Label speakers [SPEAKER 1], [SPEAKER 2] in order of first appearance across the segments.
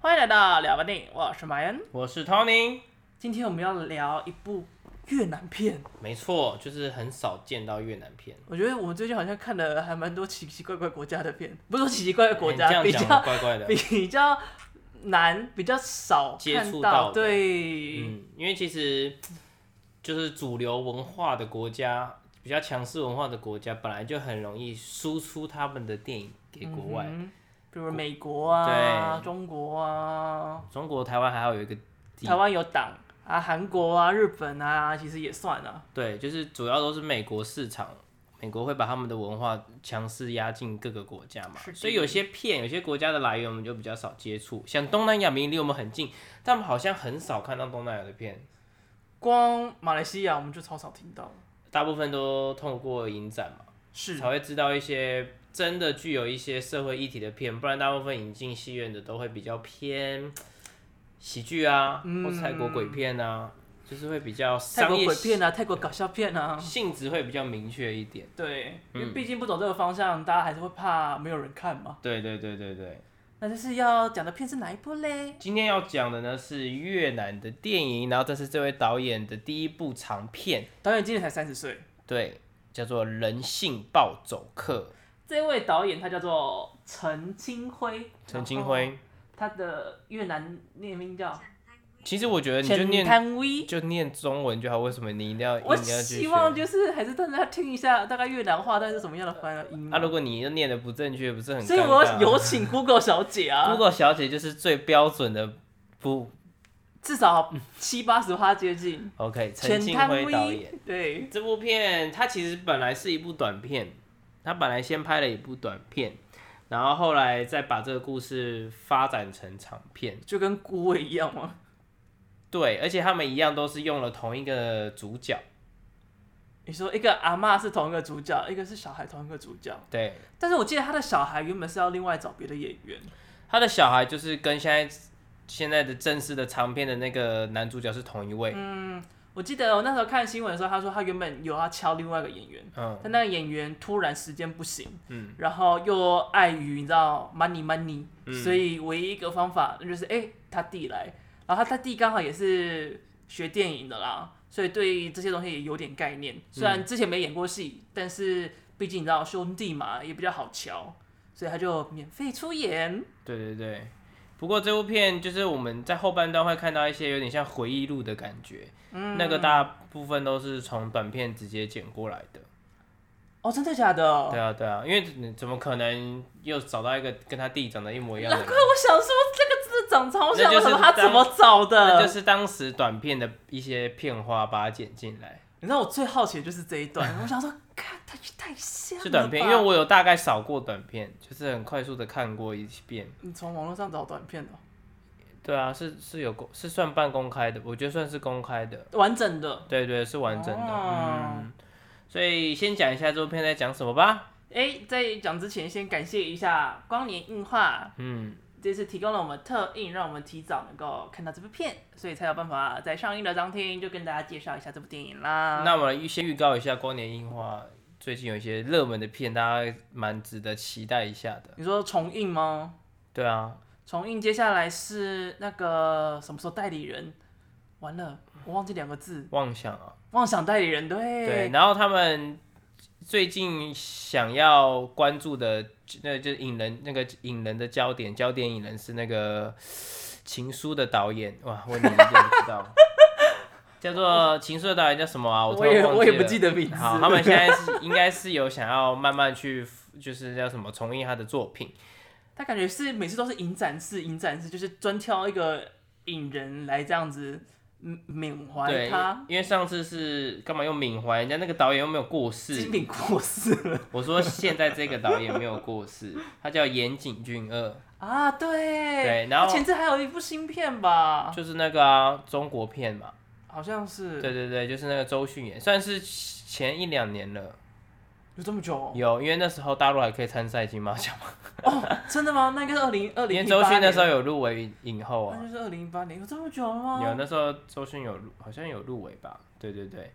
[SPEAKER 1] 欢迎来到聊吧电影，我是马恩。
[SPEAKER 2] 我是 Tony。
[SPEAKER 1] 今天我们要聊一部越南片，
[SPEAKER 2] 没错，就是很少见到越南片。
[SPEAKER 1] 我觉得我最近好像看了还蛮多奇奇怪怪国家的片，不是说奇奇怪怪国
[SPEAKER 2] 哎
[SPEAKER 1] 家，
[SPEAKER 2] 你
[SPEAKER 1] 比
[SPEAKER 2] 这样讲
[SPEAKER 1] 较
[SPEAKER 2] 怪怪的。
[SPEAKER 1] 比较难，比较少
[SPEAKER 2] 接
[SPEAKER 1] 看
[SPEAKER 2] 触到的
[SPEAKER 1] 对，
[SPEAKER 2] 嗯，因为其实就是主流文化的国家，比较强势文化的国家，本来就很容易输出他们的电影给国外。
[SPEAKER 1] 嗯哼比如美国啊、
[SPEAKER 2] 对
[SPEAKER 1] 中国啊、
[SPEAKER 2] 中国、台湾还有一个地
[SPEAKER 1] 台湾有党啊、韩国啊、日本啊，其实也算啊。
[SPEAKER 2] 对，就是主要都是美国市场，美国会把他们的文化强势压进各个国家嘛
[SPEAKER 1] 是，的
[SPEAKER 2] 所以有些片、有些国家的来源我们就比较少接触。像东南亚明明离我们很近，但我们好像很少看到东南亚的片，
[SPEAKER 1] 光马来西亚我们就超少听到，
[SPEAKER 2] 大部分都透过影展嘛，
[SPEAKER 1] 是
[SPEAKER 2] 才会知道一些真的具有一些社会议题的片，不然大部分引进戏院的都会比较偏喜剧啊，或是泰国鬼片啊，就是会比较
[SPEAKER 1] 嗯泰
[SPEAKER 2] 商
[SPEAKER 1] 国
[SPEAKER 2] 业
[SPEAKER 1] 鬼片啊、泰国搞笑片啊，
[SPEAKER 2] 性质会比较明确一点。
[SPEAKER 1] 对，因
[SPEAKER 2] 嗯
[SPEAKER 1] 为毕竟不走这个方向，大家还是会怕没有人看嘛。
[SPEAKER 2] 对对对对对。
[SPEAKER 1] 那就是要讲的片是哪一部嘞？
[SPEAKER 2] 今天要讲的呢是越南的电影，然后这是这位导演的第一部长片，
[SPEAKER 1] 导演今年才三十岁，
[SPEAKER 2] 对，叫做《人性暴走客
[SPEAKER 1] 这位导演他叫做陈清辉，》，
[SPEAKER 2] 陈清，
[SPEAKER 1] 哦
[SPEAKER 2] 辉。
[SPEAKER 1] 他的越南念名叫
[SPEAKER 2] 其实我觉得你就
[SPEAKER 1] 陈
[SPEAKER 2] 念
[SPEAKER 1] 丹威。
[SPEAKER 2] 就念中文就好，为什么你一定要
[SPEAKER 1] 我
[SPEAKER 2] 一定要去
[SPEAKER 1] 希
[SPEAKER 2] 学？
[SPEAKER 1] 望就是还是大家听一下大概越南话，但是什么样的发音
[SPEAKER 2] 啊，如果你念的不正确，不是很尴尬？
[SPEAKER 1] 所以我有啊请 Google 小姐啊，
[SPEAKER 2] Google 小姐就是最标准的不
[SPEAKER 1] 至少七八十趴接近。
[SPEAKER 2] OK，陈
[SPEAKER 1] 全
[SPEAKER 2] 清
[SPEAKER 1] 摊
[SPEAKER 2] 辉导
[SPEAKER 1] 微
[SPEAKER 2] 演。
[SPEAKER 1] 对，
[SPEAKER 2] 这部片它其实本来是一部短片，它本来先拍了一部短片，然后后来再把这个故事发展成长片。
[SPEAKER 1] 就跟孤味一样嘛。
[SPEAKER 2] 对，而且他们一样都是用了同一个主角。
[SPEAKER 1] 你说一个阿嬷是同一个主角，一个是小孩同一个主角，
[SPEAKER 2] 对，
[SPEAKER 1] 但是我记得他的小孩原本是要另外找别的演员，
[SPEAKER 2] 他的小孩就是跟现在现在的正式的长片的那个男主角是同一位。嗯
[SPEAKER 1] 我记得我那时候看新闻的时候，他说他原本有要敲另外一个演员，但那个演员突然时间不行，
[SPEAKER 2] 嗯，
[SPEAKER 1] 然后又碍于你知道 money money，、所
[SPEAKER 2] 嗯
[SPEAKER 1] 以唯一一个方法就是哎、诶他弟来，然后他他弟刚好也是学电影的啦，所以对这些东西也有点概念，虽然之前没演过戏，但是毕竟你知道兄弟嘛，也比较好瞧，所以他就免费出演，
[SPEAKER 2] 对对对。不过这部片就是我们在后半段会看到一些有点像回忆录的感觉，嗯、那个大部分都是从短片直接剪过来的。
[SPEAKER 1] 哦，真的假的？
[SPEAKER 2] 对啊，对啊，因为你怎么可能又找到一个跟他弟长得一模一样
[SPEAKER 1] 难
[SPEAKER 2] 的
[SPEAKER 1] 怪
[SPEAKER 2] 人？
[SPEAKER 1] 我想说这个字长超像
[SPEAKER 2] 那就
[SPEAKER 1] 的，
[SPEAKER 2] 是
[SPEAKER 1] 什么他怎么找的？
[SPEAKER 2] 那就是当时短片的一些片花把它剪进来，
[SPEAKER 1] 你知道我最好奇的就是这一段，我想说， 看他也太像了
[SPEAKER 2] 是短片，因
[SPEAKER 1] 吧
[SPEAKER 2] 为我有大概扫过短片，就是很快速的看过一遍。
[SPEAKER 1] 你从网络上找短片的哦、
[SPEAKER 2] 对啊，是是有公是算半公开的，我觉得算是公开的。
[SPEAKER 1] 完整的。
[SPEAKER 2] 对对，是完整的。
[SPEAKER 1] 哦
[SPEAKER 2] 嗯，所以先讲一下这部片在讲什么吧。
[SPEAKER 1] 哎，在讲之前，先感谢一下光年映画，
[SPEAKER 2] 嗯，
[SPEAKER 1] 这次提供了我们特映，让我们提早能够看到这部片，所以才有办法在上映的当天就跟大家介绍一下这部电影啦。
[SPEAKER 2] 那我们预先预告一下光年映画最近有一些热门的片，大家蛮值得期待一下的。
[SPEAKER 1] 你说重映吗？
[SPEAKER 2] 对啊，
[SPEAKER 1] 重映接下来是那个什么时候代理人？完了，我忘记两个字，
[SPEAKER 2] 妄想啊。
[SPEAKER 1] 妄想代理人，对，
[SPEAKER 2] 对，然后他们最近想要关注的，那就是引人那个引人的焦点，焦点引人是那个《情书》的导演，哇，我连名字都不 知道，叫做《情书》的导演叫什么啊？突
[SPEAKER 1] 我
[SPEAKER 2] 然
[SPEAKER 1] 也
[SPEAKER 2] 忘
[SPEAKER 1] 我也不
[SPEAKER 2] 了
[SPEAKER 1] 记得名字。
[SPEAKER 2] 好，他们现在是应该是有想要慢慢去，就是叫什么重映他的作品。
[SPEAKER 1] 他感觉是每次都是影展示，影展示就是专挑一个影人来这样子嗯缅怀
[SPEAKER 2] 对
[SPEAKER 1] 他，，
[SPEAKER 2] 因为上次是干嘛用缅怀人家那个导演又没有过
[SPEAKER 1] 金
[SPEAKER 2] 世，
[SPEAKER 1] 敏过世了
[SPEAKER 2] 我说现在这个导演没有过世， 他叫岩井俊二。
[SPEAKER 1] 啊，对，
[SPEAKER 2] 对然后
[SPEAKER 1] 他前阵还有一部新片吧，
[SPEAKER 2] 就是那个啊，中国片嘛，
[SPEAKER 1] 好像哦是
[SPEAKER 2] 对对对，就是那个周迅演，算是前一两年了。
[SPEAKER 1] 有这么久哦、
[SPEAKER 2] 有，因为那时候大陆还可以参赛金马奖嘛，
[SPEAKER 1] 真的吗？ 那应该是二零二
[SPEAKER 2] 因
[SPEAKER 1] 零
[SPEAKER 2] 为
[SPEAKER 1] 一
[SPEAKER 2] 周
[SPEAKER 1] 八
[SPEAKER 2] 迅
[SPEAKER 1] 年
[SPEAKER 2] 那时候有入围影后
[SPEAKER 1] 那
[SPEAKER 2] 啊，
[SPEAKER 1] 哦就是二零一八年，有这么久了吗？
[SPEAKER 2] 有那时候周迅有入，好像有入围吧，对对对。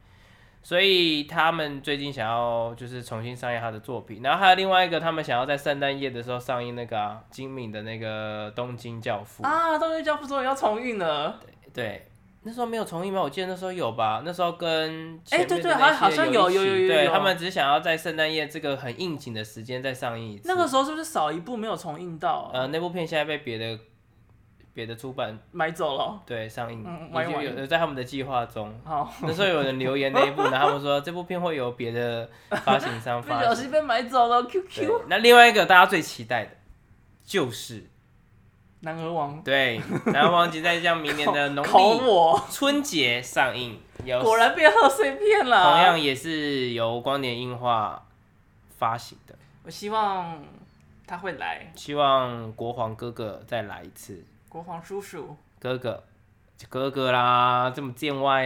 [SPEAKER 2] 所以他们最近想要就是重新上映他的作品，然后还有另外一个，他们想要在圣诞夜的时候上映那个、啊、金敏的那个《东京教父》
[SPEAKER 1] 啊，《东京教父》终于要重映了。
[SPEAKER 2] 对，那时候没有重映吗？我记得那时候有吧，那时候跟
[SPEAKER 1] 哎
[SPEAKER 2] 前
[SPEAKER 1] 对
[SPEAKER 2] 面
[SPEAKER 1] 对
[SPEAKER 2] 的
[SPEAKER 1] 好
[SPEAKER 2] 那
[SPEAKER 1] 好
[SPEAKER 2] 些
[SPEAKER 1] 像有
[SPEAKER 2] 有一
[SPEAKER 1] 有
[SPEAKER 2] 起
[SPEAKER 1] 有有
[SPEAKER 2] 对
[SPEAKER 1] 有
[SPEAKER 2] 他们只是想要在圣诞夜这个很应景的时间再上映一次。
[SPEAKER 1] 那个时候是不是少一部没有重映到、
[SPEAKER 2] 呃，那部片现在被别的别的出版
[SPEAKER 1] 买走了？
[SPEAKER 2] 对上映，
[SPEAKER 1] 嗯
[SPEAKER 2] 已
[SPEAKER 1] 玩一
[SPEAKER 2] 经
[SPEAKER 1] 玩
[SPEAKER 2] 有有在他们的计划中。
[SPEAKER 1] 好，
[SPEAKER 2] 那时候有人留言那一部，然后他们说这部片会由别的发行 商
[SPEAKER 1] 被
[SPEAKER 2] 发
[SPEAKER 1] 老
[SPEAKER 2] 行。
[SPEAKER 1] 师被买走了。
[SPEAKER 2] 对
[SPEAKER 1] QQ，
[SPEAKER 2] 那另外一个大家最期待的，就是
[SPEAKER 1] 男儿王
[SPEAKER 2] 对，然后忘记在这样明年的农
[SPEAKER 1] 考
[SPEAKER 2] 历
[SPEAKER 1] 我，
[SPEAKER 2] 春节上映，有
[SPEAKER 1] 果然啊变贺岁片了。
[SPEAKER 2] 同样也是由光年映画发行的，
[SPEAKER 1] 我希望他会来，
[SPEAKER 2] 希望国皇哥哥再来一次，
[SPEAKER 1] 国皇叔叔
[SPEAKER 2] 哥哥哥哥啦，这么见外啊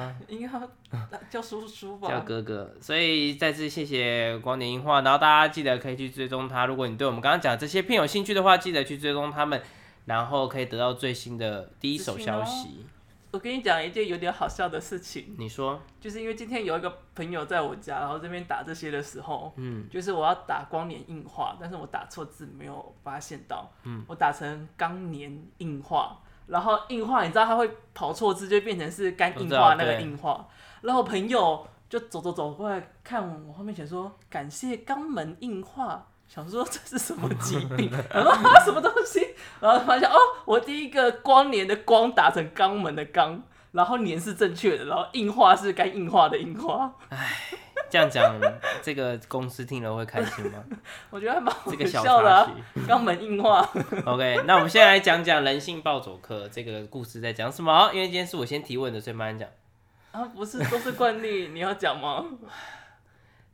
[SPEAKER 2] 呀、
[SPEAKER 1] 应该要叫叔叔
[SPEAKER 2] 叫
[SPEAKER 1] 吧？
[SPEAKER 2] 哥哥，所以再次谢谢光年樱花，然后大家记得可以去追踪他。如果你对我们刚刚讲这些片有兴趣的话，记得去追踪他们，然后可以得到最新的第一手 消息。
[SPEAKER 1] 我跟你讲一件有点好笑的事情，
[SPEAKER 2] 你说，
[SPEAKER 1] 就是因为今天有一个朋友在我家，然后这边打这些的时候，
[SPEAKER 2] 嗯，
[SPEAKER 1] 就是我要打光年硬化，但是我打错字没有发现到，
[SPEAKER 2] 嗯
[SPEAKER 1] 我打成钢年硬化，然后硬化你知道它会跑错字，就变成是肝硬化
[SPEAKER 2] 我知道
[SPEAKER 1] 那个
[SPEAKER 2] 对
[SPEAKER 1] 硬化，然后我朋友就走走走过来看我后面写说感谢肛门硬化。想说这是什么疾 病？然后啊什么东西？然后发现哦，我第一个光年的光打成肛门的肛，然后年是正确的，然后硬化是该硬化的硬化，
[SPEAKER 2] 这样讲，这个公司听了会开心吗？
[SPEAKER 1] 我觉得还蛮好
[SPEAKER 2] 这个小
[SPEAKER 1] 笑的、
[SPEAKER 2] 插
[SPEAKER 1] 啊
[SPEAKER 2] 曲。。
[SPEAKER 1] 肛门硬化。
[SPEAKER 2] OK，那我们先来讲讲《人性暴走课》这个故事在讲什么？因为今天是我先提问的，所以慢慢讲。
[SPEAKER 1] 啊，不是都是惯例，你要讲吗？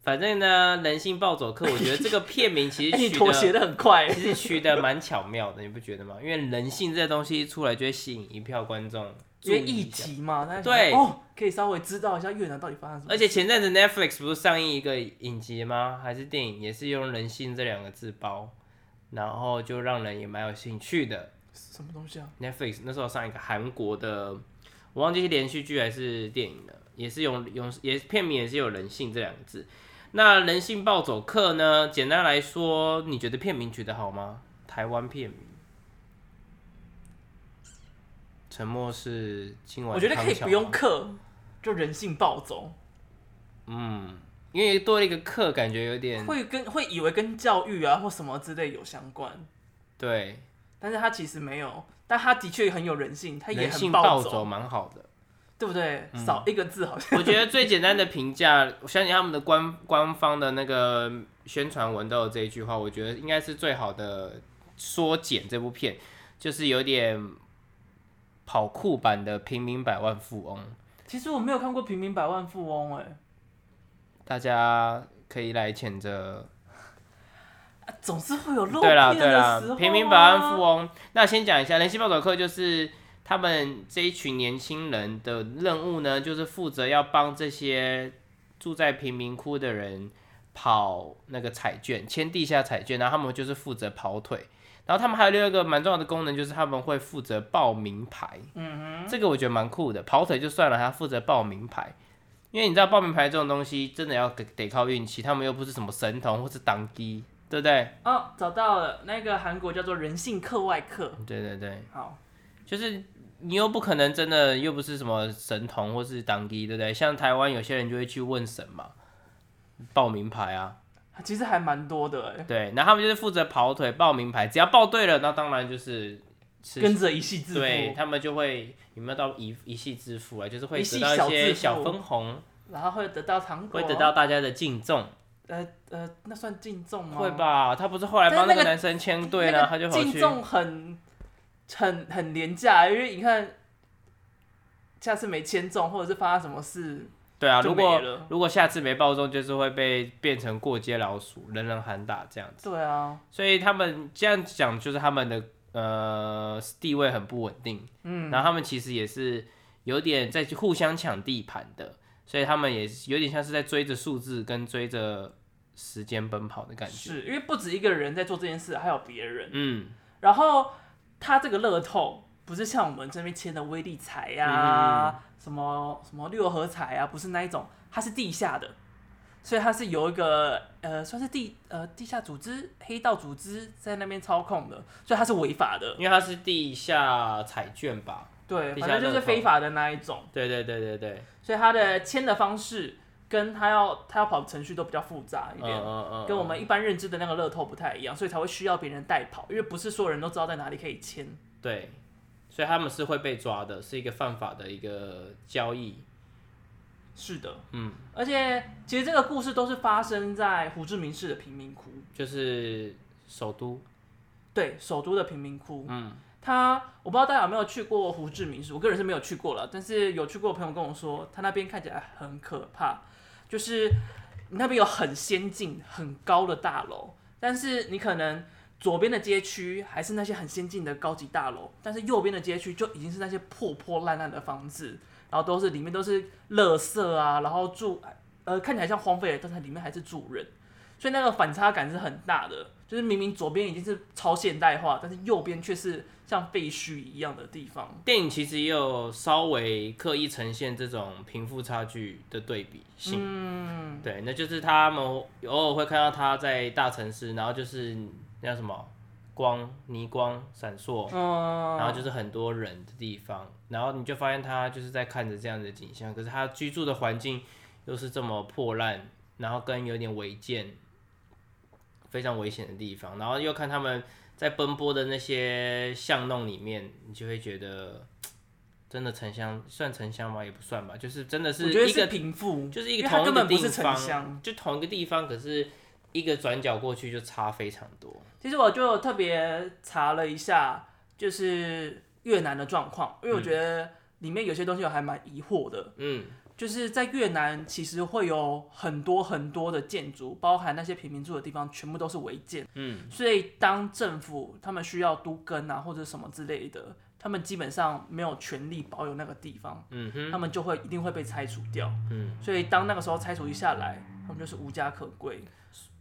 [SPEAKER 2] 反正呢，《人性暴走课》，我觉得这个片名其实
[SPEAKER 1] 哎 你
[SPEAKER 2] 取
[SPEAKER 1] 妥协
[SPEAKER 2] 的。
[SPEAKER 1] 的很快
[SPEAKER 2] 其实取的蛮巧妙的，你不觉得吗？因为人性这东西一出来就会吸引一票观众注
[SPEAKER 1] 因为
[SPEAKER 2] 意
[SPEAKER 1] 一
[SPEAKER 2] 一下。
[SPEAKER 1] 集嘛，大家
[SPEAKER 2] 对
[SPEAKER 1] 想说哦，可以稍微知道一下越南到底发生什么
[SPEAKER 2] 而。且前阵子 Netflix 不是上映一个影集吗？还是电影，也是用“人性”这两个字包，然后就让人也蛮有兴趣的。
[SPEAKER 1] 什么东西啊？
[SPEAKER 2] Netflix 那时候上一个韩国的，我忘记是连续剧还是电影了，也是用用也片名也是有“人性”这两个字。那“人性暴走课”呢？简单来说，你觉得片名取得好吗？台湾片名。沉默是今晚。
[SPEAKER 1] 我觉得可以不用。克，就人性暴走，
[SPEAKER 2] 嗯，因为多了一个课，感觉有点
[SPEAKER 1] 会跟会以为跟教育啊或什么之类有相关，
[SPEAKER 2] 对
[SPEAKER 1] 但是他其实没有，但他的确很有人性，他也
[SPEAKER 2] 人性
[SPEAKER 1] 很
[SPEAKER 2] 暴
[SPEAKER 1] 走，
[SPEAKER 2] 走嗯蛮好的。
[SPEAKER 1] 对不对？少一个字好像。
[SPEAKER 2] 我觉得最简单的评价，我相信他们的官官方的那个宣传文都有这一句话，我觉得应该是最好的缩减这部片，就是有点跑酷版的平民百万富翁，
[SPEAKER 1] 其实我没有看过《平民百万富翁》哎、
[SPEAKER 2] 大家可以来谴责。
[SPEAKER 1] 啊总是会有漏
[SPEAKER 2] 对啦
[SPEAKER 1] 片
[SPEAKER 2] 对
[SPEAKER 1] 的
[SPEAKER 2] 啦
[SPEAKER 1] 时候、啊。，
[SPEAKER 2] 平民百万富翁。那先讲一下人性暴走课，就是他们这一群年轻人的任务呢，就是负责要帮这些住在贫民窟的人跑那个彩券，签地下彩券，然后他们就是负责跑腿。然后他们还有另外一个蛮重要的功能，就是他们会负责报名牌。嗯哼，这个我觉得蛮酷的。跑腿就算了，还要负责报名牌，因为你知道报名牌这种东西真的要得得靠运气，他们又不是什么神童或是当机，对不对？
[SPEAKER 1] 哦，找到了，那个韩国叫做人性课外课。
[SPEAKER 2] 对对对，
[SPEAKER 1] 好，
[SPEAKER 2] 就是你又不可能真的又不是什么神童或是当机，对不对？像台湾有些人就会去问神嘛，报名牌啊，
[SPEAKER 1] 其实还蛮多的哎、
[SPEAKER 2] 对，然后他们就是负责跑腿报名牌，只要报对了，那当然就是吃
[SPEAKER 1] 跟着一系致
[SPEAKER 2] 对
[SPEAKER 1] 富，
[SPEAKER 2] 他们就会有没有到一一系致富啊？就是会
[SPEAKER 1] 一
[SPEAKER 2] 得
[SPEAKER 1] 夕
[SPEAKER 2] 到
[SPEAKER 1] 小
[SPEAKER 2] 一些
[SPEAKER 1] 致富
[SPEAKER 2] 小分红，
[SPEAKER 1] 然后会得到糖果，啊
[SPEAKER 2] 会得到大家的敬重，
[SPEAKER 1] 呃呃，那算敬重吗？
[SPEAKER 2] 会？吧？他不是后来帮
[SPEAKER 1] 但是那
[SPEAKER 2] 个
[SPEAKER 1] 个
[SPEAKER 2] 男生签对了，
[SPEAKER 1] 那
[SPEAKER 2] 他
[SPEAKER 1] 个
[SPEAKER 2] 就跑
[SPEAKER 1] 敬
[SPEAKER 2] 去
[SPEAKER 1] 重很很很廉价，因为你看，下次没签中，或者是发生什么事，
[SPEAKER 2] 对啊，
[SPEAKER 1] 就
[SPEAKER 2] 如果
[SPEAKER 1] 没了
[SPEAKER 2] 如果下次没报中，就是会被变成过街老鼠，人人喊打这样子。
[SPEAKER 1] 对啊，
[SPEAKER 2] 所以他们这样讲，就是他们的呃地位很不稳定，嗯，然后他们其实也是有点在互相抢地盘的，所以他们也是有点像是在追着数字跟追着时间奔跑的感觉，
[SPEAKER 1] 是因为不止一个人在做这件事，还有别人。
[SPEAKER 2] 嗯，
[SPEAKER 1] 然后他这个乐透不是像我们这边签的威力彩呀、
[SPEAKER 2] 嗯
[SPEAKER 1] 啊、什么什么六合彩啊，不是那一种，它是地下的，所以它是由一个呃算是地呃地下组织、黑道组织在那边操控的，所以它是违法的。
[SPEAKER 2] 因为它是地下彩券吧？
[SPEAKER 1] 对，
[SPEAKER 2] 地
[SPEAKER 1] 反
[SPEAKER 2] 下
[SPEAKER 1] 正就
[SPEAKER 2] 乐
[SPEAKER 1] 是
[SPEAKER 2] 透
[SPEAKER 1] 非法的那一种，
[SPEAKER 2] 对对对对对，
[SPEAKER 1] 所以它的签的方式跟他要他要跑的程序都比较复杂一
[SPEAKER 2] 嗯
[SPEAKER 1] 点。
[SPEAKER 2] 嗯嗯，
[SPEAKER 1] 跟我们一般认知的那个乐透不太一样，所以才会需要别人代跑，因为不是所有人都知道在哪里可以签。
[SPEAKER 2] 对，所以他们是会被抓的，是一个犯法的一个交易。
[SPEAKER 1] 是的，
[SPEAKER 2] 嗯，
[SPEAKER 1] 而且其实这个故事都是发生在胡志明市的贫民窟，
[SPEAKER 2] 就是首都，
[SPEAKER 1] 对，首都的贫民窟。
[SPEAKER 2] 嗯，
[SPEAKER 1] 他我不知道大家有没有去过胡志明市，我个人是没有去过了，但是有去过的朋友跟我说，他那边看起来很可怕，就是那边有很先进、很高的大楼，但是你可能左边的街区还是那些很先进的高级大楼，但是右边的街区就已经是那些破破烂烂的房子，然后都是里面都是垃圾啊，然后住呃看起来像荒废了，但是里面还是住人。所以那个反差感是很大的。就是明明左边已经是超现代化，但是右边却是像废墟一样的地方。
[SPEAKER 2] 电影其实也有稍微刻意呈现这种贫富差距的对比性。嗯，对，那就是他们偶尔会看到他在大城市，然后就是那叫什么光泥光闪烁，
[SPEAKER 1] 嗯，
[SPEAKER 2] 然后就是很多人的地方，然后你就发现他就是在看着这样的景象，可是他居住的环境又是这么破烂，然后跟有点违建，非常危险的地方，然后又看他们在奔波的那些巷弄里面，你就会觉得真的城乡算城乡吗？也不算吧，就是真的是
[SPEAKER 1] 我觉得
[SPEAKER 2] 一
[SPEAKER 1] 是
[SPEAKER 2] 个
[SPEAKER 1] 贫富，
[SPEAKER 2] 就是一
[SPEAKER 1] 因
[SPEAKER 2] 个
[SPEAKER 1] 为它
[SPEAKER 2] 同一
[SPEAKER 1] 根
[SPEAKER 2] 个
[SPEAKER 1] 本不
[SPEAKER 2] 地
[SPEAKER 1] 是城乡。
[SPEAKER 2] 方，就同一个地方，可是一个转角过去就差非常多。
[SPEAKER 1] 其实我就特别查了一下，就是越南的状况，因为我觉得里面有些东西我还蛮疑惑的。
[SPEAKER 2] 嗯，
[SPEAKER 1] 就是在越南，其实会有很多很多的建筑，包含那些平民住的地方，全部都是违建。
[SPEAKER 2] 嗯，
[SPEAKER 1] 所以当政府他们需要都更啊，或者什么之类的，他们基本上没有权利保有那个地方，
[SPEAKER 2] 嗯哼，
[SPEAKER 1] 他们就会一定会被拆除掉。
[SPEAKER 2] 嗯，
[SPEAKER 1] 所以当那个时候拆除一下来，他们就是无家可归。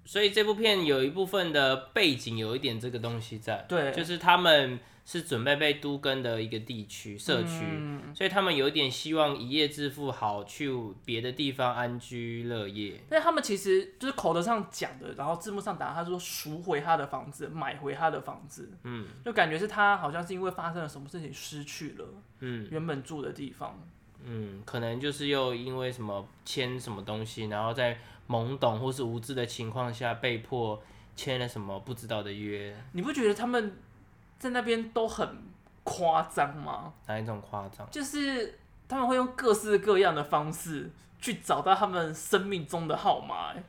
[SPEAKER 2] 所以这部片有一部分的背景有一点这个东西在，
[SPEAKER 1] 对
[SPEAKER 2] 就是他们是准备被都跟的一个地区社区，
[SPEAKER 1] 嗯
[SPEAKER 2] 所以他们有一点希望一夜致富，好去别的地方安居乐业。
[SPEAKER 1] 但他们其实就是口头上讲的，然后字幕上打他说赎回他的房子，买回他的房子，
[SPEAKER 2] 嗯，
[SPEAKER 1] 就感觉是他好像是因为发生了什么事情失去了
[SPEAKER 2] 嗯
[SPEAKER 1] 原本住的地方。
[SPEAKER 2] 嗯，可能就是又因为什么签什么东西，然后在懵懂或是无知的情况下被迫签了什么不知道的约，
[SPEAKER 1] 你不觉得他们在那边都很夸张吗？
[SPEAKER 2] 哪一种夸张？
[SPEAKER 1] 就是他们会用各式各样的方式去找到他们生命中的号码、欸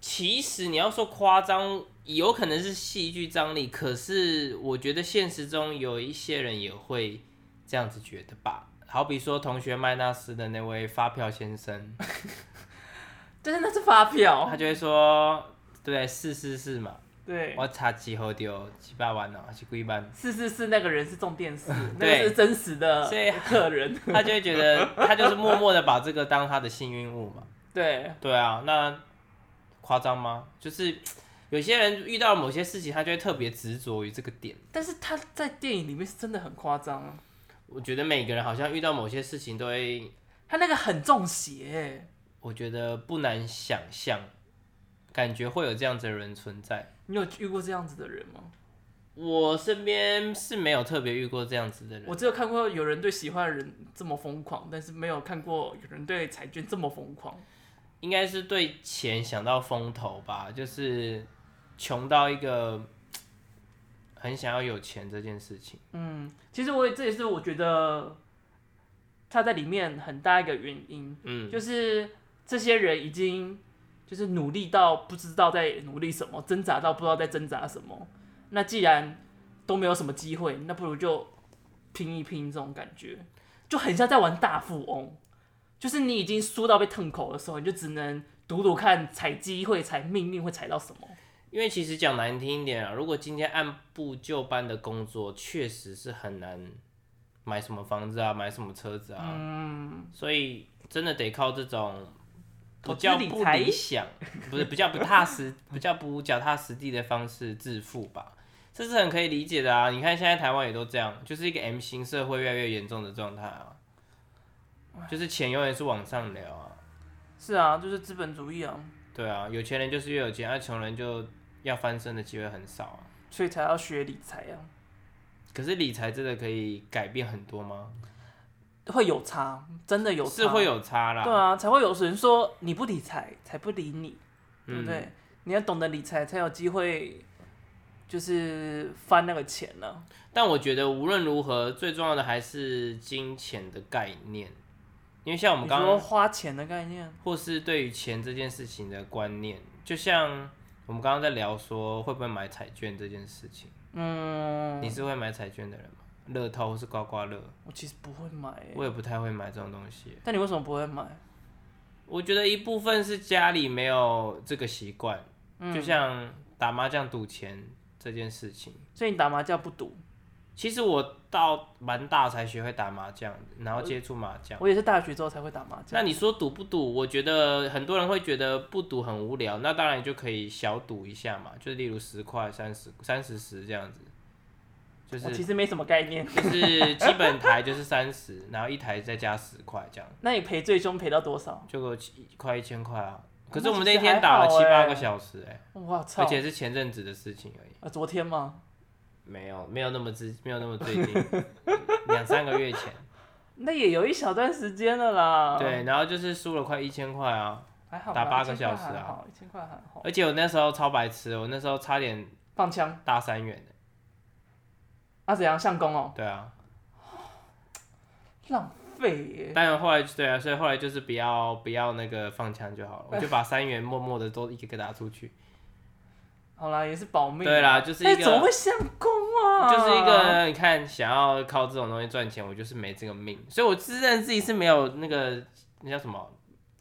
[SPEAKER 2] 其实你要说夸张，有可能是戏剧张力，可是我觉得现实中有一些人也会这样子觉得吧。好比说同学麦纳斯的那位发票先生，
[SPEAKER 1] 但是那是发票
[SPEAKER 2] 他，就会说，对，是是是嘛，
[SPEAKER 1] 对，
[SPEAKER 2] 我查几号丢几百万哦呢、还是几万？
[SPEAKER 1] 是是是，那个人是中电视，那
[SPEAKER 2] 对
[SPEAKER 1] 个是真实的
[SPEAKER 2] 所以
[SPEAKER 1] 客人，
[SPEAKER 2] 他就会觉得他就是默默的把这个当他的幸运物嘛。
[SPEAKER 1] 对，
[SPEAKER 2] 对啊，那夸张吗？就是有些人遇到某些事情，他就会特别执着于这个点。
[SPEAKER 1] 但是他在电影里面是真的很夸张啊，
[SPEAKER 2] 我觉得每个人好像遇到某些事情都会，
[SPEAKER 1] 他那个很中邪、欸
[SPEAKER 2] 我觉得不难想象，感觉会有这样子的人存在。
[SPEAKER 1] 你有遇过这样子的人吗？
[SPEAKER 2] 我身边是没有特别遇过这样子的人，
[SPEAKER 1] 我只有看过有人对喜欢的人这么疯狂，但是没有看过有人对彩券这么疯狂。
[SPEAKER 2] 应该是对钱想到风头吧，就是穷到一个很想要有钱这件事情。
[SPEAKER 1] 嗯，其实我也这也是我觉得他在里面很大一个原因，
[SPEAKER 2] 嗯，
[SPEAKER 1] 就是这些人已经就是努力到不知道在努力什么，挣扎到不知道在挣扎什么。那既然都没有什么机会，那不如就拼一拼，这种感觉就很像在玩大富翁，就是你已经输到被腾口的时候，你就只能赌赌看踩机会、踩命运会踩到什么。
[SPEAKER 2] 因为其实讲难听一点啊，如果今天按部就班的工作，确实是很难买什么房子啊，买什么车子啊。
[SPEAKER 1] 嗯
[SPEAKER 2] 所以真的得靠这种
[SPEAKER 1] 投
[SPEAKER 2] 不
[SPEAKER 1] 资
[SPEAKER 2] 叫
[SPEAKER 1] 理
[SPEAKER 2] 不
[SPEAKER 1] 财
[SPEAKER 2] 理想，不是不叫不踏实，不叫不脚踏实地的方式致富吧。这是很可以理解的啊。你看现在台湾也都这样，就是一个 M 型社会越来越严重的状态啊，就是钱永远是往上流啊。
[SPEAKER 1] 是啊，就是资本主义啊，
[SPEAKER 2] 对啊，有钱人就是越有钱，而穷人就要翻身的机会很少啊。
[SPEAKER 1] 所以才要学理财啊，
[SPEAKER 2] 可是理财真的可以改变很多吗？
[SPEAKER 1] 会有差，真的有差，
[SPEAKER 2] 是会有差啦。
[SPEAKER 1] 对啊，才会有人说你不理财才不理你，
[SPEAKER 2] 嗯
[SPEAKER 1] 对不对？你要懂得理财，才有机会，就是翻那个钱呢、
[SPEAKER 2] 但我觉得无论如何，最重要的还是金钱的概念，因为像我们
[SPEAKER 1] 你
[SPEAKER 2] 刚
[SPEAKER 1] 说
[SPEAKER 2] 刚
[SPEAKER 1] 花钱的概念，
[SPEAKER 2] 或是对于钱这件事情的观念，就像我们刚刚在聊说会不会买彩券这件事情，
[SPEAKER 1] 嗯，
[SPEAKER 2] 你是会买彩券的人吗？乐透或是刮刮乐，
[SPEAKER 1] 我其实不会买欸、
[SPEAKER 2] 我也不太会买这种东西。
[SPEAKER 1] 但你为什么不会买？
[SPEAKER 2] 我觉得一部分是家里没有这个习惯，
[SPEAKER 1] 嗯
[SPEAKER 2] 就像打麻将赌钱这件事情。
[SPEAKER 1] 所以你打麻将不赌，
[SPEAKER 2] 其实我到蛮大才学会打麻将，然后接触麻将。
[SPEAKER 1] 我也是大学之后才会打麻将。
[SPEAKER 2] 那你说赌不赌？我觉得很多人会觉得不赌很无聊，那当然就可以小赌一下嘛，就是例如十块、三十、三十十这样子，就
[SPEAKER 1] 我其
[SPEAKER 2] 是
[SPEAKER 1] 实没什么概念。
[SPEAKER 2] 就是基本台就是三十，然后一台再加十块这样，
[SPEAKER 1] 那你赔最终赔到多少？
[SPEAKER 2] 就够一快一千块啊。可是
[SPEAKER 1] 那
[SPEAKER 2] 我们
[SPEAKER 1] 其
[SPEAKER 2] 那
[SPEAKER 1] 实
[SPEAKER 2] 天
[SPEAKER 1] 还
[SPEAKER 2] 打了
[SPEAKER 1] 好
[SPEAKER 2] 七八
[SPEAKER 1] 欸
[SPEAKER 2] 个小时哎、
[SPEAKER 1] 我操！
[SPEAKER 2] 而且是前阵子的事情而已，
[SPEAKER 1] 啊，昨天吗？
[SPEAKER 2] 没有没有那么之没有那么最 近，两三个月前，
[SPEAKER 1] 那也有一小段时间了啦。，
[SPEAKER 2] 对，然后就是输了快一千块啊，
[SPEAKER 1] 还好吧。
[SPEAKER 2] 打八个
[SPEAKER 1] 1000块
[SPEAKER 2] 小时啊
[SPEAKER 1] 还好，一千块还好。
[SPEAKER 2] 而且我那时候超白痴，我那时候差点
[SPEAKER 1] 放枪
[SPEAKER 2] 大三元的，
[SPEAKER 1] 啊？怎样相公哦？
[SPEAKER 2] 对啊。
[SPEAKER 1] 浪费耶！
[SPEAKER 2] 当然后来对啊，所以后来就是不要不要那个放枪就好了， 我就把三元默默的都一个个打出去。
[SPEAKER 1] 好啦，也是保命。
[SPEAKER 2] 对啦，就是
[SPEAKER 1] 哎、
[SPEAKER 2] 一个、
[SPEAKER 1] 怎么会相公啊？
[SPEAKER 2] 就是一个你看想要靠这种东西赚钱，我就是没这个命，所以我自认自己是没有那个那叫什么